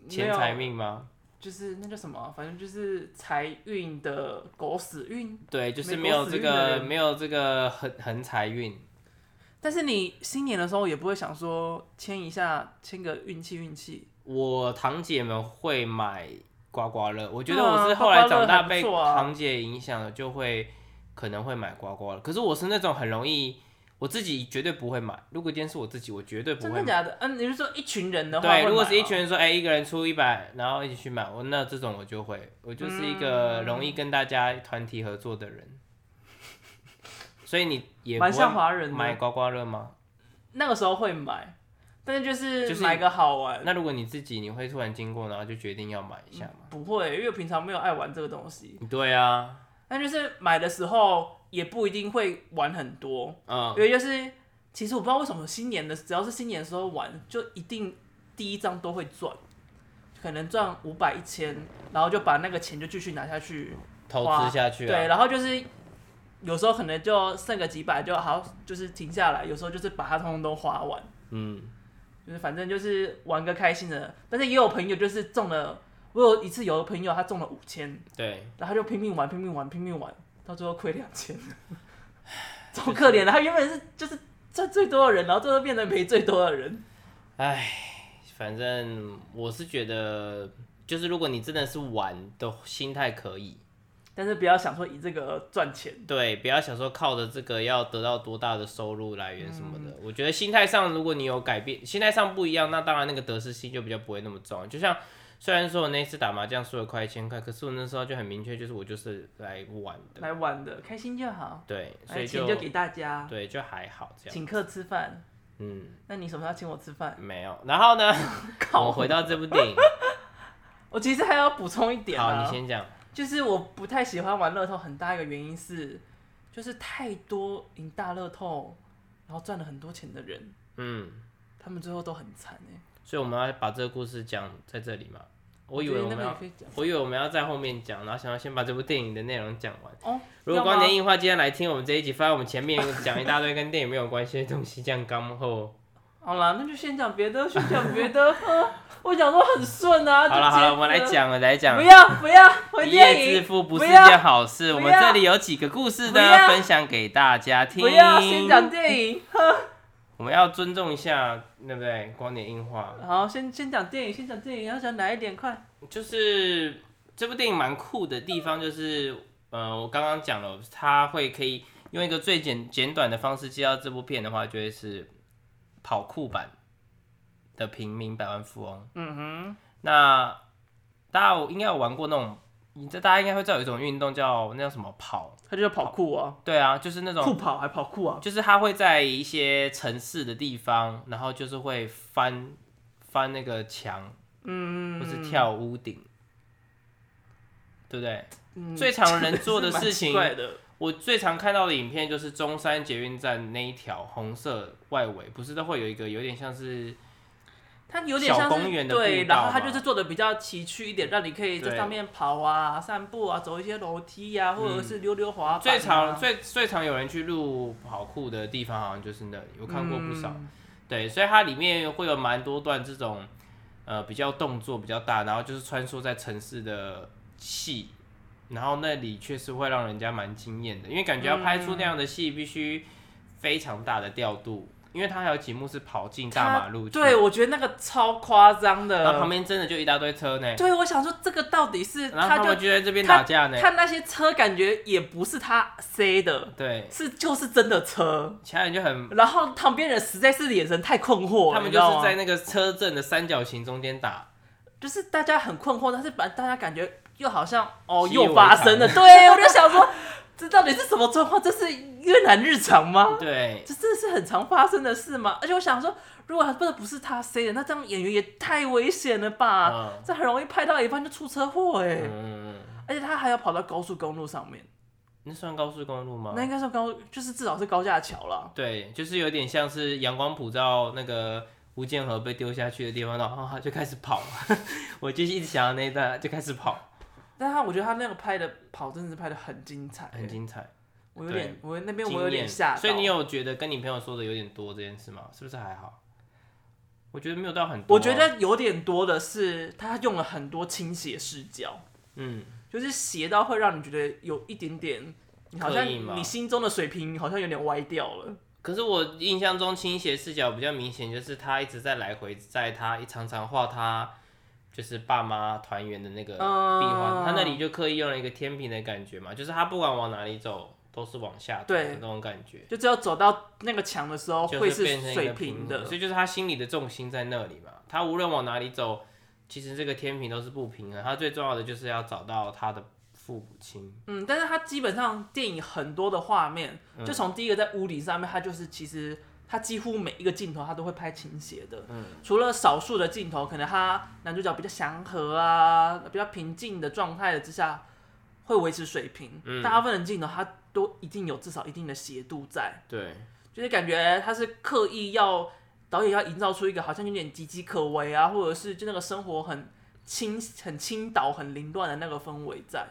[SPEAKER 2] 钱财
[SPEAKER 1] 没有，
[SPEAKER 2] 命吗？
[SPEAKER 1] 就是那叫什么，啊反正就是财运的狗屎运。
[SPEAKER 2] 对，就是
[SPEAKER 1] 没
[SPEAKER 2] 没有
[SPEAKER 1] 公
[SPEAKER 2] 这
[SPEAKER 1] 司运的
[SPEAKER 2] 个
[SPEAKER 1] 人
[SPEAKER 2] 没有这个横横财运。
[SPEAKER 1] 但是你新年的时候也不会想说签一下，签个运气运气。
[SPEAKER 2] 我堂姐们会买刮刮乐，我觉得
[SPEAKER 1] 对啊
[SPEAKER 2] 我是后来
[SPEAKER 1] 刮刮
[SPEAKER 2] 长
[SPEAKER 1] 乐
[SPEAKER 2] 大
[SPEAKER 1] 还不
[SPEAKER 2] 被
[SPEAKER 1] 错啊
[SPEAKER 2] 堂姐影响了，就会可能会买刮刮乐。可是我是那种很容易，我自己绝对不会买。如果今天是我自己，我绝对不
[SPEAKER 1] 真
[SPEAKER 2] 会
[SPEAKER 1] 的
[SPEAKER 2] 买。
[SPEAKER 1] 假的？嗯、你是说一群人的话会买哦
[SPEAKER 2] 对，
[SPEAKER 1] 吗？
[SPEAKER 2] 如果是一群人说，哎、一个人出一百，然后一起去买，我那这种我就会，我就是一个容易跟大家团体合作的人。所以你也不
[SPEAKER 1] 蛮像
[SPEAKER 2] 会
[SPEAKER 1] 华人
[SPEAKER 2] 买
[SPEAKER 1] 的，
[SPEAKER 2] 刮刮乐吗？
[SPEAKER 1] 那个时候会买，但是就是
[SPEAKER 2] 就是
[SPEAKER 1] 买个好玩。
[SPEAKER 2] 那如果你自己，你会突然经过，然后就决定要买一下吗？
[SPEAKER 1] 不会，因为平常没有爱玩这个东西。
[SPEAKER 2] 对啊，
[SPEAKER 1] 但就是买的时候也不一定会玩很多，
[SPEAKER 2] 嗯，
[SPEAKER 1] 因为就是其实我不知道为什么新年的只要是新年的时候玩，就一定第一张都会赚，可能赚五百一千，然后就把那个钱就继续拿下去，
[SPEAKER 2] 投
[SPEAKER 1] 花
[SPEAKER 2] 资下去啊
[SPEAKER 1] 对，。然后就是有时候可能就剩个几百就好，就是停下来，有时候就是把它通通都花完，
[SPEAKER 2] 嗯，
[SPEAKER 1] 就是反正就是玩个开心的。但是也有朋友就是中了，我有一次有个朋友他中了五千，
[SPEAKER 2] 对，
[SPEAKER 1] 然后他就拼命玩，拼命玩，拼命玩，到最后亏两 千，超可怜的。他原本是就是赚最多的人，然后最后变成赔最多的人。
[SPEAKER 2] 反正我是觉得，就是如果你真的是玩的心态可以，
[SPEAKER 1] 但是不要想说以这个赚钱，
[SPEAKER 2] 对，不要想说靠着这个要得到多大的收入来源什么的。
[SPEAKER 1] 嗯
[SPEAKER 2] 我觉得心态上，如果你有改变，心态上不一样，那当然那个得失心就比较不会那么重。就像虽然说我那次打麻将输了快一千块，可是我那时候就很明确，就是我就是来玩的，
[SPEAKER 1] 来玩的开心就好，
[SPEAKER 2] 对，所
[SPEAKER 1] 来
[SPEAKER 2] 以
[SPEAKER 1] 哎钱
[SPEAKER 2] 就
[SPEAKER 1] 就给大家，
[SPEAKER 2] 对就还好这样，
[SPEAKER 1] 请客吃饭。
[SPEAKER 2] 嗯，
[SPEAKER 1] 那你什么时候请我吃 饭？
[SPEAKER 2] 没有。然后 呢，我们
[SPEAKER 1] 靠！
[SPEAKER 2] 回到这部电影，
[SPEAKER 1] 我其实还要补充一点
[SPEAKER 2] 好，你
[SPEAKER 1] 啊，
[SPEAKER 2] 先讲，
[SPEAKER 1] 就是我不太喜欢玩乐透，很大一个原因是，就是太多赢大乐透，然后赚了很多钱的人，
[SPEAKER 2] 嗯。
[SPEAKER 1] 他们最后都很惨哎、
[SPEAKER 2] 所以我们要把这个故事讲在这里嘛。我以为我
[SPEAKER 1] 觉得那个
[SPEAKER 2] 们
[SPEAKER 1] 也
[SPEAKER 2] 要，
[SPEAKER 1] 可以讲
[SPEAKER 2] 我以为我们要在后面讲，然后想要先把这部电影的内容讲完。
[SPEAKER 1] 哦。
[SPEAKER 2] 如果
[SPEAKER 1] 要吗
[SPEAKER 2] 光年映画今天来听我们这一集，发现我们前面讲一大堆跟电影没有关系的东西，这样刚后，
[SPEAKER 1] 好啦，那就先讲别的，先讲别 的。呃我讲说很顺啊。
[SPEAKER 2] 好了好了，
[SPEAKER 1] 就接着
[SPEAKER 2] 我们来。讲了来讲
[SPEAKER 1] 不。要不要，回
[SPEAKER 2] 一夜
[SPEAKER 1] 电
[SPEAKER 2] 致
[SPEAKER 1] 影。
[SPEAKER 2] 富不是一
[SPEAKER 1] 不要
[SPEAKER 2] 件好事。我们
[SPEAKER 1] 不要
[SPEAKER 2] 这里有几个故事
[SPEAKER 1] 不
[SPEAKER 2] 呢，
[SPEAKER 1] 要
[SPEAKER 2] 分享给大家听。
[SPEAKER 1] 不要先讲电影，
[SPEAKER 2] 我们要尊重一下，对不对？光年映画
[SPEAKER 1] 好，先先讲电影，先讲电影，要讲哪一点？快，
[SPEAKER 2] 就是这部电影蛮酷的地方，就是呃，我刚刚讲了，它会可以用一个最简简短的方式介绍这部片的话，就会是跑酷版的平民百万富翁。嗯哼，那大家有应该有玩过那种，你这大家应该会知道有一种运动叫那叫什么跑？
[SPEAKER 1] 他就叫跑酷啊，
[SPEAKER 2] 对啊，就是那种
[SPEAKER 1] 酷跑还跑酷啊，
[SPEAKER 2] 就是他会在一些城市的地方，然后就是会翻翻那个墙，嗯，或是跳屋顶，对不对？最常嗯人做的事 情
[SPEAKER 1] 嗯是蛮奇怪的，
[SPEAKER 2] 我最常看到的影片就是中山捷运站那一条红色外围，不是都会有一个有点像是
[SPEAKER 1] 它有点像
[SPEAKER 2] 小公园
[SPEAKER 1] 是
[SPEAKER 2] 的步道
[SPEAKER 1] 对，然后它
[SPEAKER 2] 嘛
[SPEAKER 1] 就是做的比较崎岖一点，让你可以在
[SPEAKER 2] 对
[SPEAKER 1] 上面跑啊、散步啊、走一些楼梯呀、或者是溜溜滑板啊、
[SPEAKER 2] 最常、最最常有人去录跑酷的地方，好像就是那里，我看过不少。对，嗯所以它里面会有蛮多段这种呃比较动作比较大，然后就是穿梭在城市的戏，然后那里确实会让人家蛮惊艳的，因为感觉要拍出那样的戏必须非常大的调度，因为它还有几幕是跑进大马路去，
[SPEAKER 1] 对，我觉得那个超夸张
[SPEAKER 2] 然后旁
[SPEAKER 1] 的。
[SPEAKER 2] 边真的就一大堆车呢，
[SPEAKER 1] 对，我想说这个到底是
[SPEAKER 2] 然后他
[SPEAKER 1] 就
[SPEAKER 2] 们就在这边打架呢，
[SPEAKER 1] 看那些车，感觉也不是他塞的，
[SPEAKER 2] 对，
[SPEAKER 1] 是就是真的车。
[SPEAKER 2] 其他人就很。
[SPEAKER 1] 然后旁边人实在是眼神太困惑了，
[SPEAKER 2] 他们
[SPEAKER 1] 你
[SPEAKER 2] 就
[SPEAKER 1] 知道
[SPEAKER 2] 是
[SPEAKER 1] 吗
[SPEAKER 2] 在那个车阵的三角形中间打，
[SPEAKER 1] 就是大家很困惑，但是把大家感觉又好像哦
[SPEAKER 2] 习以为
[SPEAKER 1] 又发生了，对我就想说， 这到底是什么状况？这是越南日常吗？
[SPEAKER 2] 对，
[SPEAKER 1] 这真的是很常发生的事吗？而且我想说，如果不不是他塞的，那这样演员也太危险了吧？
[SPEAKER 2] 嗯
[SPEAKER 1] 这很容易拍到一半就出车祸哎、
[SPEAKER 2] 嗯，
[SPEAKER 1] 而且他还要跑到高速公路上面，
[SPEAKER 2] 那算高速公路吗？
[SPEAKER 1] 那应该算高，就是至少是高架桥了。
[SPEAKER 2] 对，就是有点像是阳光普照那个吴建和被丢下去的地方，然后他就开始跑， 我就一直想到那一段，就开始跑，
[SPEAKER 1] 但他我觉得他那个拍的跑真的是拍的很精彩、
[SPEAKER 2] 很
[SPEAKER 1] 欸，
[SPEAKER 2] 精彩，
[SPEAKER 1] 我有点，我那边
[SPEAKER 2] 惊
[SPEAKER 1] 我有点
[SPEAKER 2] 艳。
[SPEAKER 1] 吓到。
[SPEAKER 2] 所以你有觉得跟你朋友说的有点多这件事吗？是不是还好？我觉得没有到很多啊、
[SPEAKER 1] 我觉得有点多的是，他用了很多倾斜视角，
[SPEAKER 2] 嗯，
[SPEAKER 1] 就是斜到会让你觉得有一点点，你好像
[SPEAKER 2] 刻意吗
[SPEAKER 1] 你心中的水平好像有点歪掉了。
[SPEAKER 2] 可是我印象中倾斜视角比较明显，就是他一直在来回，在他常常画他就是爸妈团圆的那个壁
[SPEAKER 1] 嗯
[SPEAKER 2] 画，他那里就刻意用了一个天平的感觉嘛，就是他不管往哪里走都是往下走的
[SPEAKER 1] 对
[SPEAKER 2] 那种感觉，
[SPEAKER 1] 就只有走到那个墙的时候，
[SPEAKER 2] 就
[SPEAKER 1] 会是
[SPEAKER 2] 变成一
[SPEAKER 1] 水
[SPEAKER 2] 个
[SPEAKER 1] 平
[SPEAKER 2] 平
[SPEAKER 1] 的
[SPEAKER 2] 所。以就是他心里的重心在那里嘛，他无论往哪里走，其实这个天平都是不平衡，他最重要的就是要找到他的父母亲，
[SPEAKER 1] 嗯，但是它基本上电影很多的画面，就从第一个在屋顶上面，它就是其实它几乎每一个镜头它都会拍倾斜的，嗯，除了少数的镜头，可能它男主角比较祥和啊，比较平静的状态的之下会维持水平，
[SPEAKER 2] 嗯
[SPEAKER 1] 大部分的镜头它都一定有至少一定的斜度在，
[SPEAKER 2] 对，
[SPEAKER 1] 就是感觉它是刻意要导演要营造出一个好像有点岌岌可危啊，或者是就那个生活很倾很倾倒、很凌乱的那个氛围在。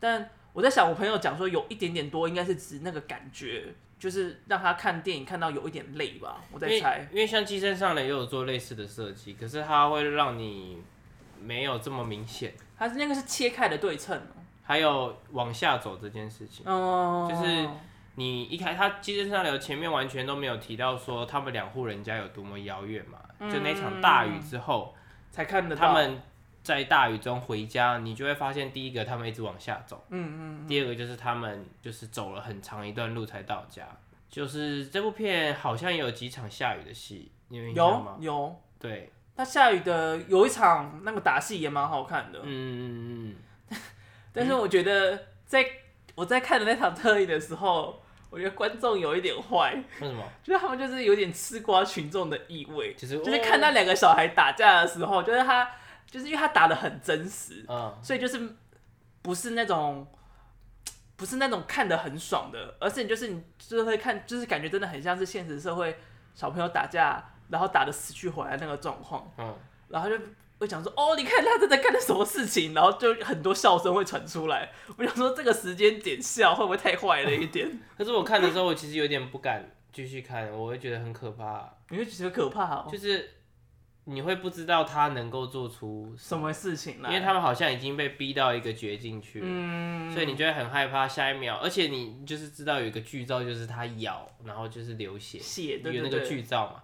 [SPEAKER 1] 但我在想，我朋友讲说有一点点多，应该是指那个感觉，就是让他看电影看到有一点累吧，我在
[SPEAKER 2] 因为
[SPEAKER 1] 猜。
[SPEAKER 2] 因为像《寄生上的也有做类似的设计，可是它会让你没有这么明显。
[SPEAKER 1] 他是那个是切开的对称哦，
[SPEAKER 2] 还有往下走这件事情，
[SPEAKER 1] 嗯，
[SPEAKER 2] 就是你一开他《寄生上流》前面完全都没有提到说他们两户人家有多么遥远嘛，就那场大雨之后，
[SPEAKER 1] 才嗯看得到
[SPEAKER 2] 他们在大雨中回家，你就会发现第一个他们一直往下走，嗯嗯，第二个就是他们就是走了很长一段路才到家，就是这部片好像有几场下雨的戏，你有印象
[SPEAKER 1] 有
[SPEAKER 2] 吗？
[SPEAKER 1] 有。
[SPEAKER 2] 对，
[SPEAKER 1] 他下雨的有一场那个打戏也蛮好看的，
[SPEAKER 2] 嗯，嗯嗯
[SPEAKER 1] 但是我觉得在我在看的那场特艺的时候，我觉得观众有一点坏，
[SPEAKER 2] 嗯，为什么？
[SPEAKER 1] 就是他们就是有点吃瓜群众的意味，
[SPEAKER 2] 就是哦
[SPEAKER 1] 就是看那两个小孩打架的时候，就是他就是因为他打的很真实，
[SPEAKER 2] 哦
[SPEAKER 1] 所以就是不是那种。不是那种看的很爽的，而是你就是你就是会看，就是感觉真的很像是现实社会小朋友打架，然后打的死去活来那个状况，
[SPEAKER 2] 嗯嗯，
[SPEAKER 1] 然后就会讲说，哦，你看他正在干的什么事情，然后就很多笑声会传出来。我想说，这个时间点笑会不会太坏了一 点？
[SPEAKER 2] 可是我看的时候，我其实有点不敢继续看，我会觉得很可怕，
[SPEAKER 1] 你会觉得可怕、哦，
[SPEAKER 2] 就是你会不知道他能够做出，
[SPEAKER 1] 什么事情
[SPEAKER 2] 因
[SPEAKER 1] 啦？
[SPEAKER 2] 为他们好像已经被逼到一个绝境去了。
[SPEAKER 1] 嗯，
[SPEAKER 2] 所以你就会很害怕下一秒，而且你就是知道有一个剧照，就是他咬，然后就是流血，
[SPEAKER 1] 血对
[SPEAKER 2] 有那
[SPEAKER 1] 对
[SPEAKER 2] 个
[SPEAKER 1] 对，
[SPEAKER 2] 剧照嘛，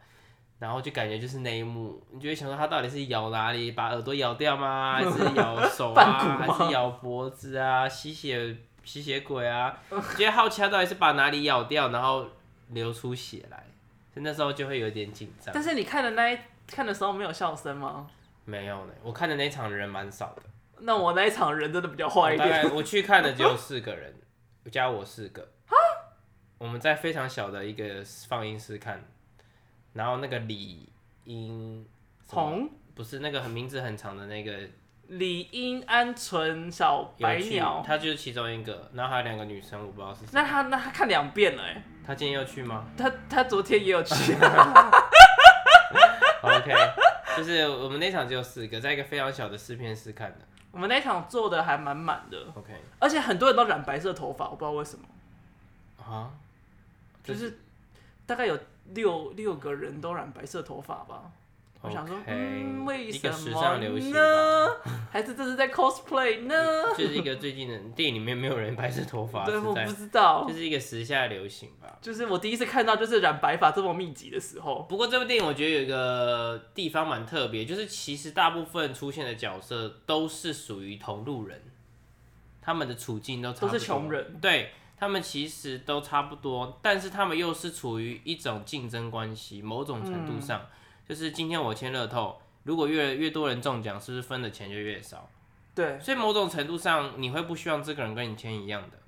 [SPEAKER 2] 然后就感觉就是那一幕，你就会想说他到底是咬哪 里，把耳朵咬掉吗？还是咬手
[SPEAKER 1] 半骨
[SPEAKER 2] 啊？还
[SPEAKER 1] 吗
[SPEAKER 2] 是咬脖子啊？吸血吸血鬼啊，觉得好奇他到底是把哪里咬掉，然后流出血来，所以那时候就会有点紧张
[SPEAKER 1] 但。是你看的那一看的时候没有笑声吗？
[SPEAKER 2] 没有呢，我看的那场人 蛮少的，
[SPEAKER 1] 那我那一场人真的比较
[SPEAKER 2] 我
[SPEAKER 1] 坏一
[SPEAKER 2] 哦大
[SPEAKER 1] 点。
[SPEAKER 2] 概我去看的只有四个人，加我 四个。我们在非常小的一个放映室看，然后那个李英什么
[SPEAKER 1] 红
[SPEAKER 2] 不是那个很名字很长的那个
[SPEAKER 1] 理应鹌鹑小白
[SPEAKER 2] 有去
[SPEAKER 1] 鸟，
[SPEAKER 2] 她就是其中一个，然后还有两个女生，我不知道是谁。
[SPEAKER 1] 那他那他看两遍了哎，
[SPEAKER 2] 她今天要去吗
[SPEAKER 1] 他他昨天也有 去，
[SPEAKER 2] ？OK，就是我们那场只有四个，在一个非常小的试片室看的。
[SPEAKER 1] 我们那一场做的还蛮满的，
[SPEAKER 2] OK，
[SPEAKER 1] 而且很多人都染白色头发，我不知道为什么，
[SPEAKER 2] 啊，
[SPEAKER 1] 就是大概有六六个人都染白色头发吧。我想说
[SPEAKER 2] OK，
[SPEAKER 1] 嗯，为
[SPEAKER 2] 一
[SPEAKER 1] 什
[SPEAKER 2] 个时
[SPEAKER 1] 么
[SPEAKER 2] 尚流行吧，
[SPEAKER 1] 呢？还是这是在 cosplay 呢？
[SPEAKER 2] 就是一个最近的电影里面没有人白色头发，
[SPEAKER 1] 对，
[SPEAKER 2] 是
[SPEAKER 1] 我
[SPEAKER 2] 在
[SPEAKER 1] 不知道
[SPEAKER 2] 就。是一个时下流行吧。
[SPEAKER 1] 就是我第一次看到就是染白发这么密集的时候，
[SPEAKER 2] 不过这部电影我觉得有一个地方蛮特别，就是其实大部分出现的角色都是属于同路人，他们的处境都差不
[SPEAKER 1] 都
[SPEAKER 2] 多
[SPEAKER 1] 是穷人，
[SPEAKER 2] 对他们其实都差不多，但是他们又是处于一种竞争关系，某种程度
[SPEAKER 1] 嗯
[SPEAKER 2] 上，就是今天我签乐透，如果越越多人中奖，是不是分的钱就越少？
[SPEAKER 1] 对。
[SPEAKER 2] 所以某种程度上，你会不希望这个人跟你签一样的，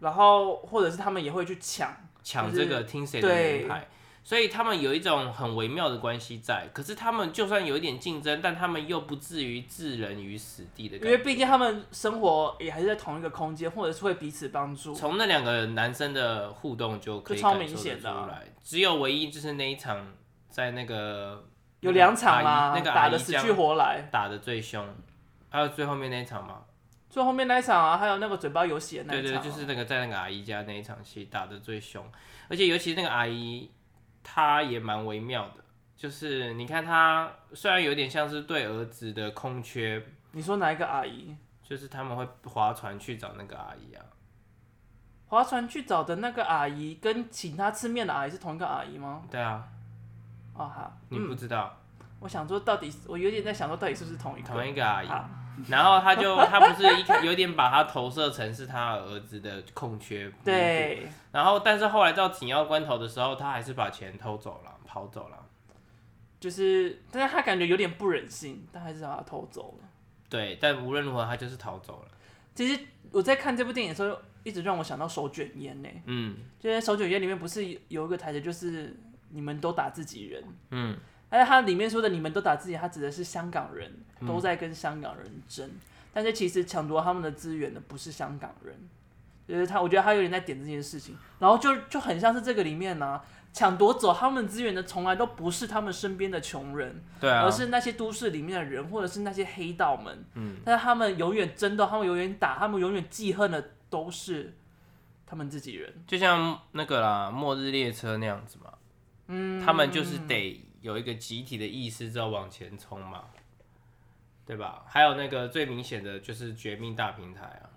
[SPEAKER 1] 然后或者是他们也会去抢，
[SPEAKER 2] 抢
[SPEAKER 1] 就是
[SPEAKER 2] 这个听谁的
[SPEAKER 1] 对
[SPEAKER 2] 名牌。所以他们有一种很微妙的关系在，可是他们就算有一点竞争，但他们又不至于置人于死地的
[SPEAKER 1] 因
[SPEAKER 2] 感觉。
[SPEAKER 1] 为毕竟他们生活也还是在同一个空间，或者是会彼此帮助。
[SPEAKER 2] 从那两个男生的互动就可以
[SPEAKER 1] 就超
[SPEAKER 2] 感
[SPEAKER 1] 明
[SPEAKER 2] 受得
[SPEAKER 1] 显
[SPEAKER 2] 出
[SPEAKER 1] 的啊
[SPEAKER 2] 来，只有唯一就是那一场在那个
[SPEAKER 1] 有两场
[SPEAKER 2] 嘛，
[SPEAKER 1] 嘛，
[SPEAKER 2] 那个阿
[SPEAKER 1] 打
[SPEAKER 2] 姨
[SPEAKER 1] 的死去活来。
[SPEAKER 2] 打的最凶，还有最后面那一场嘛，
[SPEAKER 1] 最后面那一场啊，还有那个嘴巴有血的那
[SPEAKER 2] 对
[SPEAKER 1] 一场
[SPEAKER 2] 对，
[SPEAKER 1] 啊、
[SPEAKER 2] 就是那个在那个阿姨家那一场戏打的最凶，而且尤其那个阿姨，她也蛮微妙的，就是你看她虽然有点像是对儿子的空缺，
[SPEAKER 1] 你说哪一个阿姨？
[SPEAKER 2] 就是他们会划船去找那个阿姨啊，
[SPEAKER 1] 划船去找的那个阿姨跟请她吃面的阿姨是同一个阿姨吗？
[SPEAKER 2] 对啊，
[SPEAKER 1] 哦好，
[SPEAKER 2] 你不知道、
[SPEAKER 1] 我想说到底，我有点在想说到底是不是同一个
[SPEAKER 2] 同一个阿姨。
[SPEAKER 1] 啊？
[SPEAKER 2] 然后他就他不是一开有点把他投射成是他儿子的空缺，。
[SPEAKER 1] 对，
[SPEAKER 2] 然后但是后来到紧要关头的时候，他还是把钱偷走了，跑走了。
[SPEAKER 1] 就是，但是她感觉有点不忍心，但还是把她偷走了。
[SPEAKER 2] 对，但无论如何他就是逃走了。
[SPEAKER 1] 其实我在看这部电影的时候，一直让我想到手卷烟呢、
[SPEAKER 2] 嗯
[SPEAKER 1] 就在手卷烟里面不是有一个台词，就是你们都打自己人。
[SPEAKER 2] 嗯，
[SPEAKER 1] 但是它里面说的“你们都打自己”，它指的是香港人
[SPEAKER 2] 嗯
[SPEAKER 1] 都在跟香港人争，但是其实抢夺他们的资源的不是香港人，就是他，我觉得他有点在点这件事情，然后就就很像是这个里面呢、啊抢夺走他们资源的从来都不是他们身边的穷人，
[SPEAKER 2] 对啊
[SPEAKER 1] 而，是那些都市里面的人，或者是那些黑道们。嗯，但是他们永远争斗，他们永远打，他们永远记恨的都是他们自己人。
[SPEAKER 2] 就像那个啦，《末日列车》那样子嘛。嗯，他们就是得有一个集体的意识之后往前冲嘛，对吧？还有那个最明显的就是《绝命大平台》啊，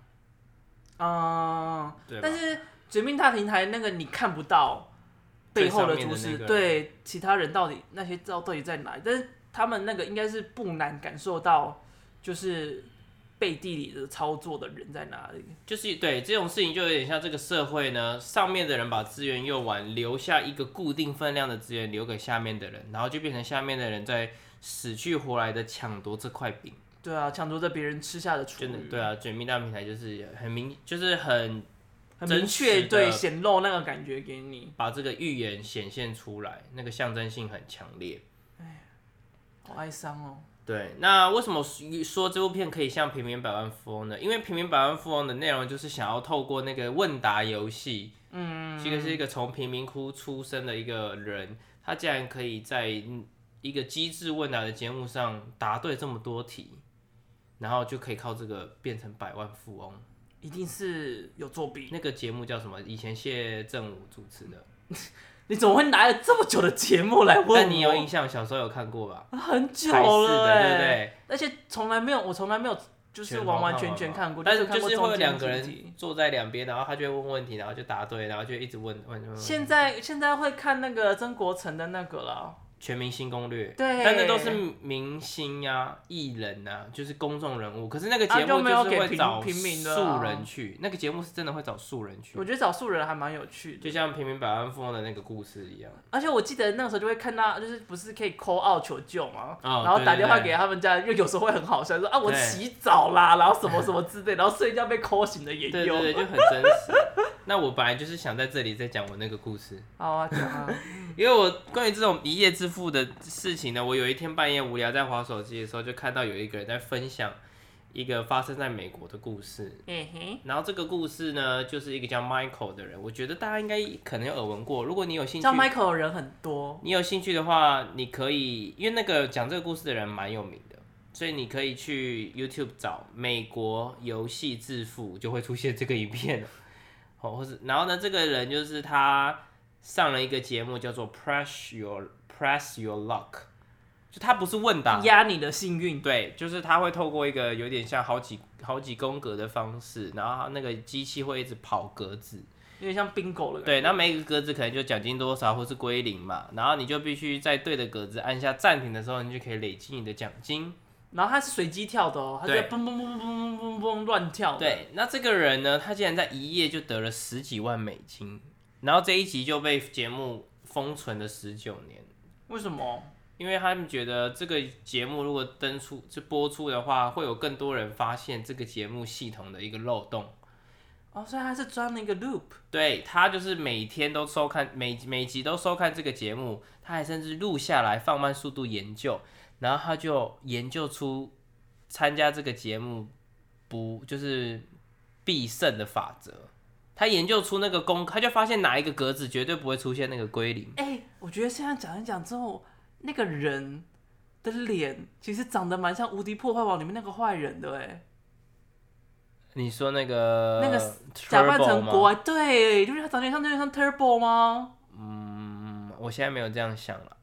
[SPEAKER 1] 啊、
[SPEAKER 2] 对吧
[SPEAKER 1] 但是《绝命大平台》那个你看不到背后
[SPEAKER 2] 最上面
[SPEAKER 1] 主
[SPEAKER 2] 的
[SPEAKER 1] 使，
[SPEAKER 2] 那个人
[SPEAKER 1] 对其他人到底那些到到底在哪里？但是他们那个应该是不难感受到，就是背地里的操作的人在哪里。
[SPEAKER 2] 就是对这种事情，就有点像这个社会呢，上面的人把资源用完，留下一个固定分量的资源留给下面的人，然后就变成下面的人在死去活来的抢夺这块饼。
[SPEAKER 1] 对啊，抢夺着别人吃下的厨
[SPEAKER 2] 真的，
[SPEAKER 1] 余，
[SPEAKER 2] 对啊，绝命大平台就是很明，就是很
[SPEAKER 1] 很
[SPEAKER 2] 真
[SPEAKER 1] 明确
[SPEAKER 2] 实的
[SPEAKER 1] 对显露那个感觉给你，
[SPEAKER 2] 把这个预言显现出来，那个象征性很强烈。
[SPEAKER 1] 好哀伤哦。
[SPEAKER 2] 对，那为什么说这部片可以像《平民百万富翁》呢？因为《平民百万富翁》的内容就是想要透过那个问答游戏，嗯，这个是一个从贫民窟出生的一个人，他竟然可以在嗯一个机智问答的节目上答对这么多题，然后就可以靠这个变成百万富翁。
[SPEAKER 1] 一定是有作弊，
[SPEAKER 2] 那个节目叫什么？以前谢振武主持的，
[SPEAKER 1] 你怎么会拿了这么久的节目来问 我？
[SPEAKER 2] 但你有印象，小时候有看过吧？
[SPEAKER 1] 很久
[SPEAKER 2] 台视
[SPEAKER 1] 了、
[SPEAKER 2] 的，
[SPEAKER 1] 欸，
[SPEAKER 2] 对不对？
[SPEAKER 1] 而且从来没有，我从来没有就是完完全全看过，
[SPEAKER 2] 但是
[SPEAKER 1] 看
[SPEAKER 2] 就
[SPEAKER 1] 过
[SPEAKER 2] 是会有
[SPEAKER 1] 中间
[SPEAKER 2] 两个
[SPEAKER 1] 几
[SPEAKER 2] 人
[SPEAKER 1] 集。
[SPEAKER 2] 坐在两边，然后他就会问问题，嗯然后就答对，然后就一直问问问问。
[SPEAKER 1] 现在现在会看那个曾国成的那个了，
[SPEAKER 2] 全明星攻略》，
[SPEAKER 1] 对
[SPEAKER 2] 但那都是明星啊、艺人啊，就是公众人物。可是那个
[SPEAKER 1] 啊
[SPEAKER 2] 节
[SPEAKER 1] 就
[SPEAKER 2] 目
[SPEAKER 1] 没有
[SPEAKER 2] 是
[SPEAKER 1] 给
[SPEAKER 2] 会
[SPEAKER 1] 平
[SPEAKER 2] 找
[SPEAKER 1] 平民的啊
[SPEAKER 2] 素人去，那个节目是真的会找素人去
[SPEAKER 1] 我，觉得找素人还蛮有趣的，
[SPEAKER 2] 就像《平民百万富翁》的那个故事一样。
[SPEAKER 1] 而且我记得那个时候就会看到，就是不是可以 call out 求救吗？
[SPEAKER 2] 哦
[SPEAKER 1] 然后打
[SPEAKER 2] 对对
[SPEAKER 1] 电话
[SPEAKER 2] 对
[SPEAKER 1] 给他们家，就有时候会很好笑，说啊我
[SPEAKER 2] 对
[SPEAKER 1] 洗澡啦，然后什么什么之类，然后睡觉被 call 醒的也
[SPEAKER 2] 对
[SPEAKER 1] 有。
[SPEAKER 2] 对对，就很真 实。那我本来就是想在这里再讲我那个故事，
[SPEAKER 1] 好啊，讲 啊，
[SPEAKER 2] 因为我关于这种一夜致富的事情呢，我有一天半夜无聊在划手机的时候，就看到有一个人在分享一个发生在美国的故事。
[SPEAKER 1] 嗯哼，
[SPEAKER 2] 然后这个故事呢，就是一个叫 Michael 的人，我觉得大家应该可能有耳闻过。如果你有兴趣
[SPEAKER 1] 像，Michael 的人很多，
[SPEAKER 2] 你有兴趣的话，你可以因为那个讲这个故事的人蛮有名的，所以你可以去 YouTube 找美国游戏致富，就会出现这个影片了。哦，或是然后呢，这个人就是他上了一个节目叫做 Press Your Press Your Luck，就他不是问答，
[SPEAKER 1] 压你的幸运。
[SPEAKER 2] 对，就是他会透过一个有点像好几好几宫格的方式，然后那个机器会一直跑格子，
[SPEAKER 1] 有点像 bingo 了。
[SPEAKER 2] 对，那每一个格子可能就奖金多少或是归零嘛，然后你就必须在对的格子按下暂停的时候，你就可以累积你的奖金。
[SPEAKER 1] 然后他是随机跳的哦，他就
[SPEAKER 2] 对
[SPEAKER 1] 在蹦蹦蹦蹦蹦蹦蹦乱跳。，
[SPEAKER 2] 对，那这个人呢，他竟然在一夜就得了十几万美金，然后这一集就被节目封存了十九年，
[SPEAKER 1] 为什么？
[SPEAKER 2] 因为他们觉得这个节目如果登出就播出的话，会有更多人发现这个节目系统的一个漏洞。
[SPEAKER 1] 哦，所以他是钻了一个 loop。
[SPEAKER 2] 对他就是每天都收看每每集都收看这个节目，他还甚至录下来放慢速度研究，然后他就研究出参加这个节目不就是必胜的法则。他研究出那个公，他就发现哪一个格子绝对不会出现那个归零。
[SPEAKER 1] 哎、我觉得现在讲一讲之后，那个人的脸其实长得蛮像《无敌破坏王》里面那个坏人的、哎、
[SPEAKER 2] 你说那个
[SPEAKER 1] 那个
[SPEAKER 2] Turbo
[SPEAKER 1] 假扮成
[SPEAKER 2] 吗
[SPEAKER 1] 国外，对，就是他长得有点像，有点像 Turbo 吗？
[SPEAKER 2] 嗯我现在没有这样想了，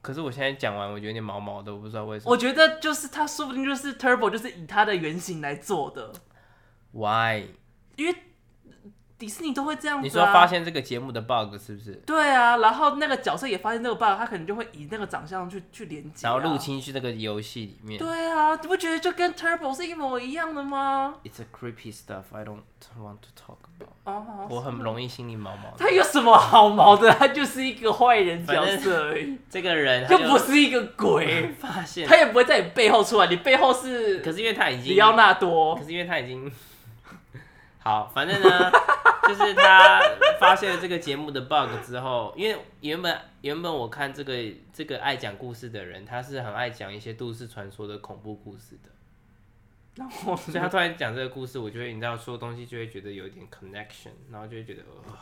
[SPEAKER 2] 可是我现在讲完，我觉得有点毛毛的，我不知道为什么。
[SPEAKER 1] 我觉得就是他，说不定就是 Turbo，就是以他的原型来做的，
[SPEAKER 2] Why？
[SPEAKER 1] 因为迪士尼都会这样子、啊。
[SPEAKER 2] 你说发现这个节目的 bug 是不是？
[SPEAKER 1] 对啊，然后那个角色也发现这个 bug，他可能就会以那个长相去去连接、
[SPEAKER 2] 然后入。侵去那个游戏里
[SPEAKER 1] 啊
[SPEAKER 2] 面。
[SPEAKER 1] 对啊，你不觉得就跟 Turbo 是一模一样的吗？
[SPEAKER 2] It's a creepy stuff. I don't want to talk about.
[SPEAKER 1] 哦，
[SPEAKER 2] 我很容易心里毛毛的。
[SPEAKER 1] 他有什么好毛的？他就是一个坏人角色而已，
[SPEAKER 2] 这个人他
[SPEAKER 1] 又
[SPEAKER 2] 就
[SPEAKER 1] 不是一个 鬼，
[SPEAKER 2] 发现，
[SPEAKER 1] 他也不会在你背后出来，你背后
[SPEAKER 2] 可
[SPEAKER 1] 是
[SPEAKER 2] 是因为他已经
[SPEAKER 1] 里，奥纳多
[SPEAKER 2] 可。是因为他已经好，反正呢，就是他发现了这个节目的 bug 之后，因为原本原本我看这个这个爱讲故事的人，他是很爱讲一些都市传说的恐怖故事的。
[SPEAKER 1] 然后
[SPEAKER 2] 所以他突然讲这个故事，我就会你知道说东西就会觉得有一点 connection，然后就会觉得、呃、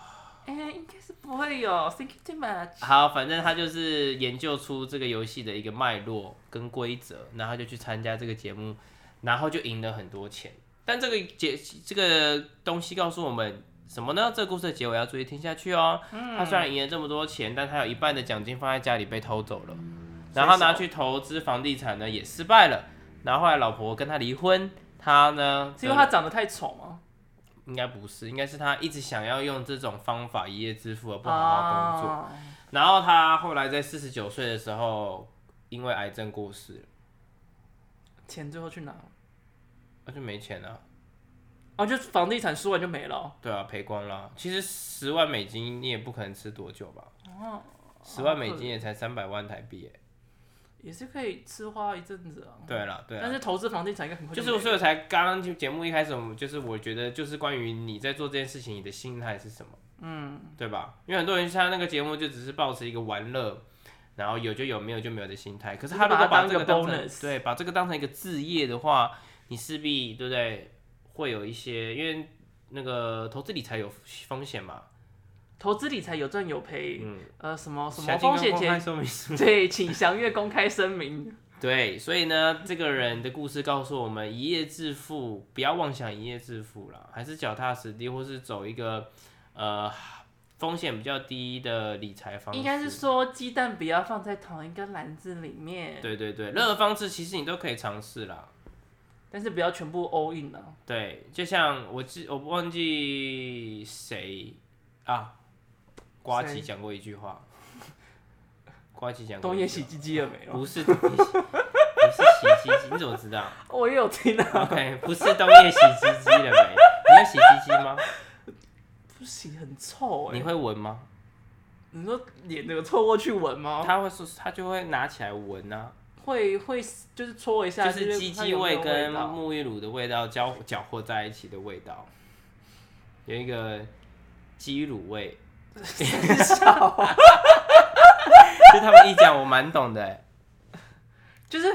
[SPEAKER 1] 哎、应该是不会有，Thank you too much。
[SPEAKER 2] 好，反正他就是研究出这个游戏的一个脉络跟规则，然后就去参加这个节目，然后就赢了很多钱。但这个结这个东西告诉我们什么呢？这个故事的结尾要注意听下去哦。他虽然赢了这么多钱，但他有一半的奖金放在家里被偷走了，然后他拿去投资房地产呢也失败了，然后后来老婆跟他离婚，他呢呃
[SPEAKER 1] 是因为他长得太丑吗？
[SPEAKER 2] 应该不是，应该是他一直想要用这种方法一夜致富而不好好工作。
[SPEAKER 1] 啊
[SPEAKER 2] 然后他后来在四十九岁的时候，因为癌症过世了，
[SPEAKER 1] 钱最后去哪了？
[SPEAKER 2] 那就没钱了。
[SPEAKER 1] 哦，就房地产输完就没了哦。
[SPEAKER 2] 对啊，赔光了。其实十万美金你也不可能吃多久吧？十万美金也才三百万台币耶。
[SPEAKER 1] 也是可以吃花一阵子啊。
[SPEAKER 2] 对了，对
[SPEAKER 1] 但
[SPEAKER 2] 了，
[SPEAKER 1] 是投资房地产应该很快
[SPEAKER 2] 就是
[SPEAKER 1] 没
[SPEAKER 2] 所以我才刚刚就节目一开始，我们就是我觉得就是关于你在做这件事情，你的心态是什么？嗯，对吧？因为很多人像那个节目就只是保持一个玩乐。然后有就有，没有就没有的心态。可是他如
[SPEAKER 1] 就是
[SPEAKER 2] 果
[SPEAKER 1] 把它
[SPEAKER 2] 把
[SPEAKER 1] 当
[SPEAKER 2] 这个
[SPEAKER 1] 一个
[SPEAKER 2] 当成
[SPEAKER 1] bonus
[SPEAKER 2] 对，把这个当成一个置业的话，你势必对不对？会有一些，因为那个投资理财有风险嘛。
[SPEAKER 1] 投资理财有赚有赔，呃，什么什么
[SPEAKER 2] 详情
[SPEAKER 1] 风
[SPEAKER 2] 嗯跟
[SPEAKER 1] 险
[SPEAKER 2] 公开
[SPEAKER 1] 前，
[SPEAKER 2] 说明 书
[SPEAKER 1] 对，请详阅公开声明。
[SPEAKER 2] 对，所以呢，这个人的故事告诉我们，一夜致富不要妄想一夜致富啦，还是脚踏实地，或是走一个呃风险比较低的理财方式。
[SPEAKER 1] 应该是说鸡蛋不要放在同一个篮子里面，
[SPEAKER 2] 对对对，任何方式其实你都可以尝试啦。
[SPEAKER 1] 但是不要全部 all in 啊。
[SPEAKER 2] 对，就像我记，我忘记谁啊，瓜吉
[SPEAKER 1] 谁
[SPEAKER 2] 讲过一句话，瓜吉讲过
[SPEAKER 1] 东野
[SPEAKER 2] 一次
[SPEAKER 1] 喜
[SPEAKER 2] 吗
[SPEAKER 1] 鸡鸡了没有？
[SPEAKER 2] 不是不是喜鸡鸡，你怎么知道
[SPEAKER 1] 我也有听啊，
[SPEAKER 2] ？OK，不是东野喜鸡鸡了没？你要洗鸡鸡吗？
[SPEAKER 1] 不行，很臭哎、
[SPEAKER 2] 你会闻吗？
[SPEAKER 1] 你说脸那个凑过去闻吗？
[SPEAKER 2] 他会说，他就会拿起来闻啊，
[SPEAKER 1] 会会就是搓一下，
[SPEAKER 2] 就
[SPEAKER 1] 就是
[SPEAKER 2] 鸡
[SPEAKER 1] 看
[SPEAKER 2] 鸡
[SPEAKER 1] 有没有味
[SPEAKER 2] 跟
[SPEAKER 1] 道
[SPEAKER 2] 沐浴乳的味道交搅和在一起的味道，有一个鸡乳 味。 就他们一讲，我蛮懂的欸，
[SPEAKER 1] 就是